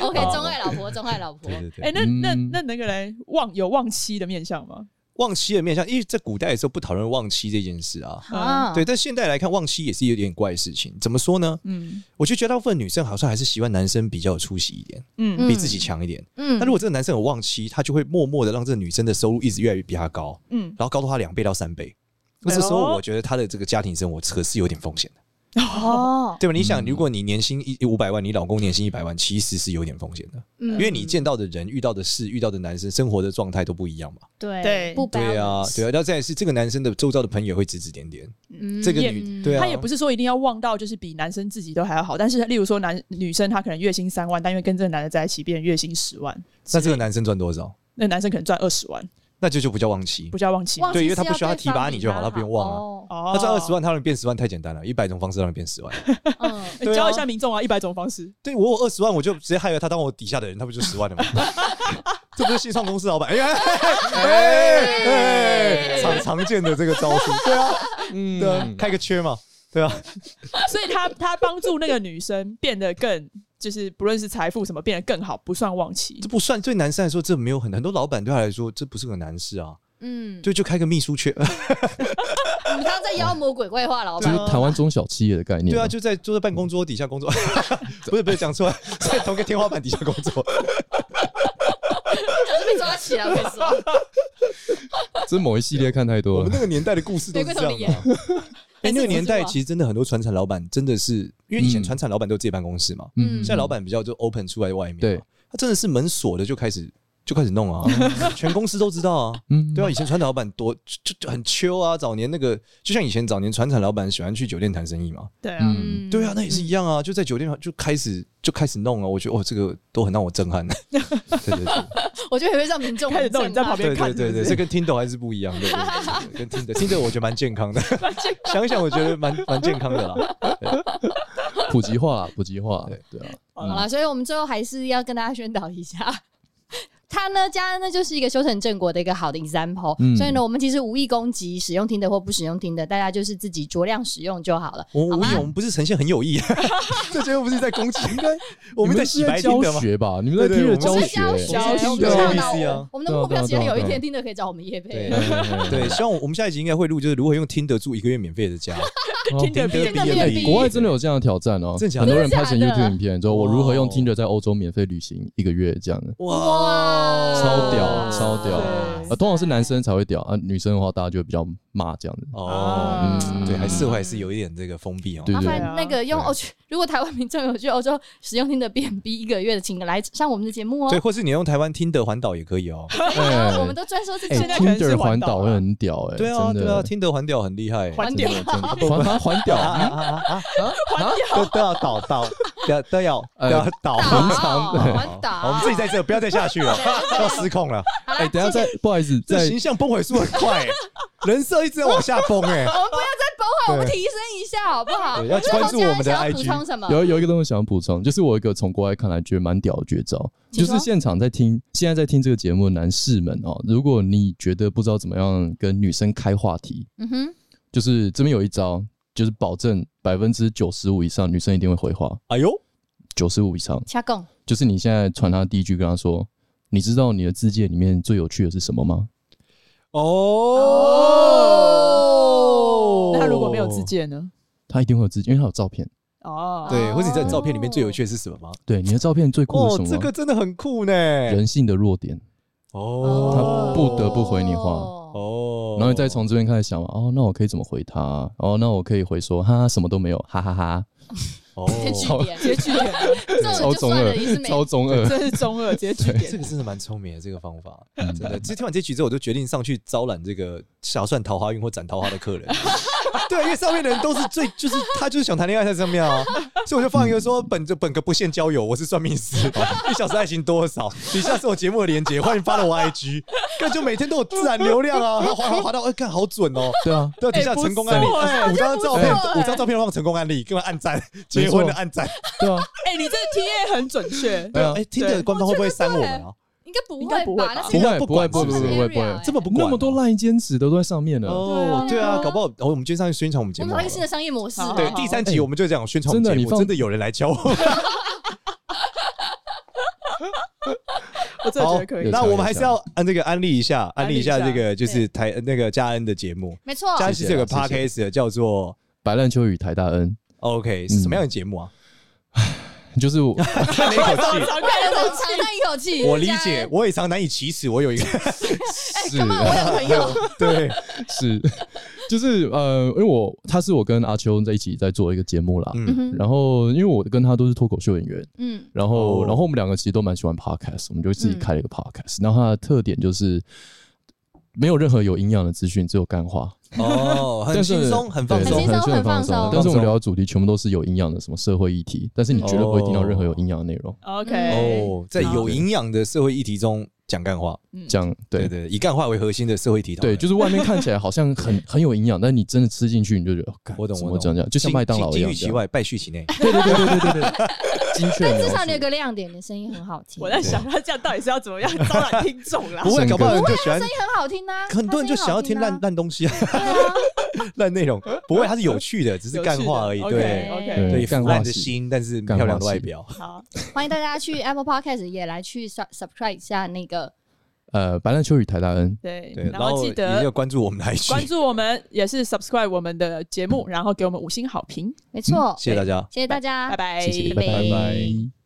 Speaker 2: OK，钟爱老婆，钟爱老婆
Speaker 3: 对。对对，
Speaker 1: 哎，那那
Speaker 4: 嗯
Speaker 1: 那那个嘞，旺有旺妻的面相吗？
Speaker 3: 忘妻的面相，因为在古代的时候不讨论忘妻这件事啊。
Speaker 2: 啊，
Speaker 3: 对，但现代来看，忘妻也是有点怪的事情。怎么说呢？
Speaker 1: 嗯
Speaker 3: 我觉得绝大部分女生好像还是希望男生比较有出息一点，
Speaker 1: 嗯
Speaker 2: 嗯
Speaker 3: 比自己强一点。
Speaker 2: 嗯，
Speaker 3: 那如果这个男生有忘妻，他就会默默的让这个女生的收入一直越来越比他高，
Speaker 1: 嗯，
Speaker 3: 然后高到他两倍到三倍。那
Speaker 1: 哎
Speaker 3: 这
Speaker 1: 呦
Speaker 3: 时候我觉得他的这个家庭生活可是有点风险的，
Speaker 2: 哦，
Speaker 3: 对吧？你想，如果你年薪一五百万，你老公年薪一百万，其实是有点风险的，
Speaker 2: 因
Speaker 3: 因为你见到的人、遇到的事、遇到的男生、生活的状态都不一样嘛。
Speaker 2: 对
Speaker 1: 对
Speaker 2: 不
Speaker 3: 对啊，
Speaker 2: balance
Speaker 3: 对啊。那再来是这个男生的周遭的朋友会指指点点，
Speaker 2: 嗯
Speaker 3: 这个
Speaker 1: 也
Speaker 3: 女对啊，
Speaker 1: 他也不是说一定要旺到就是比男生自己都还要好，但是例如说男女生她可能月薪三万，但因为跟这个男的在一起，变成月薪十万，
Speaker 3: 那这个男生赚多少，
Speaker 1: 那男生可能赚二十万，
Speaker 3: 那就就不叫忘妻
Speaker 1: 不。叫旺妻吗
Speaker 2: 哇
Speaker 3: 对因为
Speaker 2: 其实
Speaker 3: 他不需要
Speaker 2: 要
Speaker 3: 他提拔你就好
Speaker 2: 对方
Speaker 3: 他不用忘啊
Speaker 2: 哦
Speaker 1: 哦
Speaker 3: 他赚二十，万，他让你变十万太简单了，一百种方式让你变十万。
Speaker 2: 嗯，
Speaker 1: 哎
Speaker 3: 对啊
Speaker 1: 教一下民众啊，一百种方式，
Speaker 3: 对我有二十万，我就直接害了他当我底下的人，他不就十万了吗？这不是新创公司老板？哎哎哎哎哎，常常见的这个招数，对啊，
Speaker 4: 嗯
Speaker 3: 对啊，开个缺嘛，对啊，
Speaker 1: 所以他他帮助那个女生变得更，就是不论是财富什么变得更好，不算旺妻
Speaker 3: 这。不算对男生来说，这没有很很多老板对他来说，这不是个难事啊，
Speaker 2: 嗯，
Speaker 3: 对，就开个秘书缺，
Speaker 2: 你刚刚在妖魔鬼怪话老
Speaker 4: 这
Speaker 2: 板
Speaker 4: 是台湾中小企业的概念。
Speaker 3: 对啊，就在坐在办公桌底下工 作，
Speaker 4: 啊
Speaker 3: 不是不是讲错了，在同个天花板底下工作，
Speaker 2: 就被抓起来，我跟你说，
Speaker 4: 这某一系列看太
Speaker 3: 我
Speaker 4: 多
Speaker 3: 们
Speaker 4: 了
Speaker 3: 那。个年代的故事都是这样
Speaker 2: 玫
Speaker 3: 的
Speaker 2: 瑰
Speaker 3: 啊。哎，那个年代
Speaker 2: 还是不错啊
Speaker 3: 其实真的很多船厂老板真的是，因为以前
Speaker 4: 嗯
Speaker 3: 船厂老板都有自己办公室嘛，
Speaker 2: 嗯
Speaker 3: 现在老板比较就 open 出来外面，
Speaker 4: 对，
Speaker 3: 他真的是门锁的就开始就开始弄 啊，全公司都知道啊。
Speaker 4: 嗯
Speaker 3: 对啊，以前船厂老板多就就就很秋啊，早年那个就像以前早年船厂老板喜欢去酒店谈生意嘛，
Speaker 1: 对啊，
Speaker 4: 嗯
Speaker 3: 对啊，那也是一样啊，就在酒店就开始就开始弄啊，我觉得哦，这个都很让我震撼。对对对
Speaker 2: 我觉得也会让民众
Speaker 1: 开始
Speaker 2: 很震
Speaker 1: 弄你在
Speaker 2: 撼
Speaker 1: 旁边
Speaker 3: 对
Speaker 1: 看
Speaker 3: 对
Speaker 1: 是不是，
Speaker 3: 对对，这跟 Tinder 还是不一样的，对对对对 跟 Tinder，Tinder 我觉得蛮健康的，想想我觉得蛮蛮健康的啦。
Speaker 4: 普及化，普及化，
Speaker 3: 对
Speaker 4: 对啊，
Speaker 1: 好
Speaker 2: 好
Speaker 1: 啦
Speaker 2: 啦，所以我们最后还是要跟大家宣导一下。它呢，加呢就是一个修成正果的一个好的 example，、
Speaker 4: 嗯
Speaker 2: 所以呢，我们其实无意攻击使用听的或不使用听的，大家就是自己酌量使用就好了。
Speaker 3: 我
Speaker 2: 好
Speaker 3: 无
Speaker 2: 吗
Speaker 3: 意，我们不是呈现很有 意，这绝对不是在攻击，应该我们在洗白
Speaker 4: 你们是
Speaker 3: Tinder
Speaker 4: 在教
Speaker 3: 吗？
Speaker 4: 学吧？你们在听着
Speaker 2: 我
Speaker 4: 教
Speaker 2: 们
Speaker 4: 学，哦
Speaker 2: 是教学，
Speaker 1: 教学
Speaker 2: 我们倡导
Speaker 3: ABC 啊
Speaker 2: 我们的目标，只要有一天
Speaker 4: 对啊对啊
Speaker 2: 听的可以找我们叶贝
Speaker 3: 对。
Speaker 4: 对
Speaker 3: 对，希望我们下一集应该会录，就是如何用 Tinder 住一个月免费的家。
Speaker 1: 听着
Speaker 3: Tinder
Speaker 1: 比
Speaker 2: 毕业
Speaker 4: 哎，
Speaker 2: 毕业
Speaker 4: 国外真的有这样的挑战哦，
Speaker 3: 真的假的哦
Speaker 4: 很多人拍成
Speaker 2: 真的假的
Speaker 4: YouTube 影片，就我如何用
Speaker 3: 哇
Speaker 4: Tinder 在欧洲免费旅行一个月这样的，
Speaker 3: 哦
Speaker 2: 哇
Speaker 4: 超屌超屌
Speaker 1: 对
Speaker 4: 啊，通常是男生才会屌啊，女生的话大家就会比较骂这样子。
Speaker 3: 哦，
Speaker 1: 啊
Speaker 4: 嗯
Speaker 3: 对，还是还是有一点这个封闭哦。
Speaker 4: 对
Speaker 2: 麻
Speaker 4: 对
Speaker 2: 烦
Speaker 4: 对，
Speaker 2: 那个用欧去，如果台湾民众有去欧洲使用听的 B&B 一个月的，请来上我们的节目
Speaker 3: 对，
Speaker 2: 哦。
Speaker 3: 或是你用台湾 Tinder 环岛也可以 哦。
Speaker 4: 哎
Speaker 2: 我们都专收自己
Speaker 4: 哎
Speaker 1: 现在可能是
Speaker 4: ，Tinder
Speaker 1: 环
Speaker 4: 环
Speaker 1: 岛
Speaker 4: 岛
Speaker 1: 啊
Speaker 4: 会很屌哎，
Speaker 3: 对啊，
Speaker 4: 真的
Speaker 3: 对啊，Tinder 环岛很厉害。
Speaker 1: 环
Speaker 4: 真的
Speaker 1: 屌
Speaker 4: 真的环环环屌，嗯
Speaker 3: 啊啊！
Speaker 1: 环
Speaker 3: 都都要倒倒，都要都要
Speaker 4: 呃
Speaker 3: 都要倒，
Speaker 2: 环
Speaker 4: 常
Speaker 2: 岛，
Speaker 4: 对
Speaker 2: 环岛，
Speaker 3: 好我们自己在这，不要再下去了，要失控了。
Speaker 2: 好啦
Speaker 4: 哎，等一下再不好意思，
Speaker 3: 这
Speaker 4: 再
Speaker 3: 形象崩毁速很快、欸，人设一直在往下崩哎、
Speaker 2: 我们不要再崩坏，我们提升一下好不好？
Speaker 3: 对要
Speaker 2: 最后
Speaker 3: 关注我们的
Speaker 2: 嘉恩想要
Speaker 3: IG
Speaker 2: 补充什么？
Speaker 4: 有有一个东西想要补充，就是我有一个从国外看来觉得蛮屌的绝招，
Speaker 2: 请
Speaker 4: 就
Speaker 2: 说
Speaker 4: 是现场在听现在在听这个节目的男士们哦，如果你觉得不知道怎么样跟女生开话题，
Speaker 2: 嗯哼，
Speaker 4: 就是这边有一招，就是保证百分之九十五以上女生一定会回话，
Speaker 3: 哎呦，
Speaker 4: 九十五以上，
Speaker 2: 掐供。
Speaker 4: 就是你现在传她第一句跟她说，你知道你的字界里面最有趣的是什么吗？
Speaker 3: 哦，
Speaker 1: 那他如果没有自，荐呢？
Speaker 4: 她一定会有字界，因为她有照片。
Speaker 1: 哦，
Speaker 3: 对，或者你在照片里面最有趣的是什么吗？
Speaker 4: 对，你的照片最酷是
Speaker 3: 哦
Speaker 4: 什，么吗？
Speaker 3: 这个真的很酷呢。
Speaker 4: 人性的弱点，
Speaker 3: 哦，
Speaker 4: 他不得不回你话
Speaker 2: 哦
Speaker 3: 哦，
Speaker 4: 然后你再从这边开始想嘛，哦，那我可以怎么回他？哦，那我可以回说，哈，什么都没有，哈哈哈，
Speaker 3: 哦，
Speaker 2: 直接据
Speaker 4: 超
Speaker 2: 点，
Speaker 1: 直接据点，
Speaker 2: 这种
Speaker 4: 超
Speaker 2: 就
Speaker 4: 中
Speaker 2: 算
Speaker 4: 二
Speaker 2: 了，也是，没。
Speaker 4: 超中二，
Speaker 1: 这是中二，直接据
Speaker 3: 这
Speaker 1: 点。
Speaker 3: 个真的蛮聪明的这个方 法，
Speaker 4: 嗯
Speaker 3: 真的。其实听完这局之后，我就决定上去招揽这个想算桃花运或斩桃花的 客人。对，因为上面的人都是最，就是他就是想谈恋爱在上面啊，所以我就放一个说本着本个不限交友，我是算 命师，一小时爱情多少？底下是我节目的连接，欢迎发到我 IG，看 就每天都有自然流量啊，然后滑滑滑到，哎，看好准哦。
Speaker 4: 对啊，
Speaker 3: 对，底下
Speaker 1: 哎
Speaker 3: 成功案例，
Speaker 1: 不错哎
Speaker 3: 五张照片
Speaker 1: 不错，哎
Speaker 3: 五张照片放成功案例，跟我按赞，结婚的按赞。
Speaker 4: 对啊，
Speaker 1: 哎，你这 T A 很准确，
Speaker 4: 对啊
Speaker 3: 哎，听着官方会不会删我们啊？
Speaker 2: 应该不
Speaker 1: 应该
Speaker 2: 会
Speaker 1: 不会
Speaker 2: 吧？那
Speaker 1: 吧
Speaker 4: 不
Speaker 2: 是
Speaker 4: 会
Speaker 3: 不
Speaker 4: 不会
Speaker 3: 管
Speaker 4: 不会
Speaker 2: 是不
Speaker 4: 不会
Speaker 2: 是
Speaker 4: 不会
Speaker 2: area
Speaker 4: 不会
Speaker 2: 哎，
Speaker 3: 这么不管
Speaker 4: 那么
Speaker 3: 哦
Speaker 4: 多烂兼职的都在上面了，
Speaker 3: 哦，
Speaker 1: 对
Speaker 3: 对
Speaker 1: 啊
Speaker 3: 啊，搞不好哦，我们今天上去宣传我们节
Speaker 2: 我
Speaker 3: 目
Speaker 2: 们
Speaker 3: 好
Speaker 2: 来
Speaker 3: 了。
Speaker 2: 个新的商业模式
Speaker 1: 好好
Speaker 2: 啊。
Speaker 1: 好
Speaker 3: 对，第三集我们就这样宣传我们
Speaker 4: 哎真的
Speaker 3: 节
Speaker 4: 你
Speaker 3: 目，
Speaker 4: 放
Speaker 3: 真的有人来教我。
Speaker 1: 我真的觉得可以
Speaker 4: 有。
Speaker 3: 那
Speaker 4: 有
Speaker 3: 我们还是要按这个安利一下，安利一下
Speaker 1: 安利一
Speaker 3: 这
Speaker 1: 下
Speaker 3: 个就是台呃那个嘉恩的节目，
Speaker 2: 没错，
Speaker 3: 嘉恩是这个
Speaker 4: 谢谢啊谢
Speaker 3: podcast 叫做
Speaker 4: 白烂秋与台大恩，
Speaker 3: OK
Speaker 4: 嗯
Speaker 3: 是什么样的节目啊？
Speaker 4: 就是我
Speaker 3: 叹了一口气，
Speaker 1: 常
Speaker 2: 快
Speaker 1: 看
Speaker 2: 乐
Speaker 1: 得
Speaker 2: 的
Speaker 1: 懂
Speaker 2: 长叹一口气。
Speaker 3: 我理
Speaker 2: 嘉
Speaker 3: 解
Speaker 2: 恩，，
Speaker 3: 我也常难以启齿，我有一个
Speaker 2: 哎
Speaker 4: 是
Speaker 2: 朋友，
Speaker 3: 对，
Speaker 4: 是，就是呃，因为我他是我跟阿秋在一起在做一个节目啦，
Speaker 2: 嗯
Speaker 3: 嗯，
Speaker 2: 哼，
Speaker 4: 然后因为我跟他都是脱口秀演员，
Speaker 2: 嗯，
Speaker 4: 然后，
Speaker 3: 哦嗯
Speaker 4: 然后我们两个其实都蛮喜欢 podcast，我们就自己开了一个 podcast、然后它的特点就是没有任何有营养的资讯，只有干话，
Speaker 3: 哦，很
Speaker 4: 但是
Speaker 3: 轻松，很放
Speaker 4: 对
Speaker 2: 很
Speaker 3: 松
Speaker 2: 轻，松
Speaker 4: 很
Speaker 2: 很放松
Speaker 4: 但是我们聊的主题全部都是有营养的，什么社会议题，但是你绝对不会听到任何有营养的内
Speaker 3: 嗯
Speaker 4: 容。
Speaker 1: OK，
Speaker 3: 哦，在有营养的社会议题中讲干话，
Speaker 1: 嗯
Speaker 4: 这样
Speaker 3: 对
Speaker 4: 对
Speaker 3: 对，以干话为核心的社会题讨
Speaker 4: 对，
Speaker 3: 论，
Speaker 4: 就是外面看起来好像很很有营养，但你真的吃进去，你就觉得，哦干
Speaker 3: 我懂
Speaker 4: 怎
Speaker 3: 我
Speaker 4: 么
Speaker 3: 懂，
Speaker 4: 这样这样，就像麦当劳一
Speaker 3: 金
Speaker 4: 样
Speaker 3: 玉
Speaker 4: 这
Speaker 3: 其
Speaker 4: 样。
Speaker 3: 外，败絮其内。
Speaker 4: 对对对对对 对对，精确描述。
Speaker 2: 至少你有个亮点，你的声音很好听。
Speaker 1: 我在想他这样到底是要怎么样招揽听众啦
Speaker 3: 不？会，
Speaker 4: 整
Speaker 3: 搞
Speaker 4: 个
Speaker 3: 不好人就喜欢，
Speaker 2: 声音很好听呐，
Speaker 3: 很多人就想要听烂
Speaker 2: 他
Speaker 3: 烂东西啊，
Speaker 2: 声音好听啊。
Speaker 3: 烂内 容。不会，它是有趣的，只是干话而已。对，
Speaker 1: OK，
Speaker 4: 对
Speaker 3: 对，
Speaker 4: 干
Speaker 3: 腐
Speaker 4: 话
Speaker 3: 烂的
Speaker 4: 系
Speaker 3: 心，但是
Speaker 4: 干
Speaker 3: 漂亮
Speaker 4: 话
Speaker 3: 的外
Speaker 4: 系
Speaker 3: 表。
Speaker 1: 好，
Speaker 2: 对啊，欢迎大家去 Apple Podcast 也来去 sub- subscribe 一下那个
Speaker 4: 呃，白兰秋与台达恩，
Speaker 1: 对
Speaker 3: 对，，
Speaker 1: 然
Speaker 3: 然
Speaker 1: 后
Speaker 3: 后
Speaker 1: 记
Speaker 3: 一定
Speaker 1: 得
Speaker 3: 要关注我们的 IG，
Speaker 1: 关注我们，也是 subscribe 我们的节目，然后给我们五星好评，
Speaker 2: 没错，
Speaker 3: 嗯谢谢大家。
Speaker 2: 谢谢大家，
Speaker 1: 拜拜，
Speaker 4: 谢谢，
Speaker 2: 哎拜拜
Speaker 4: 拜拜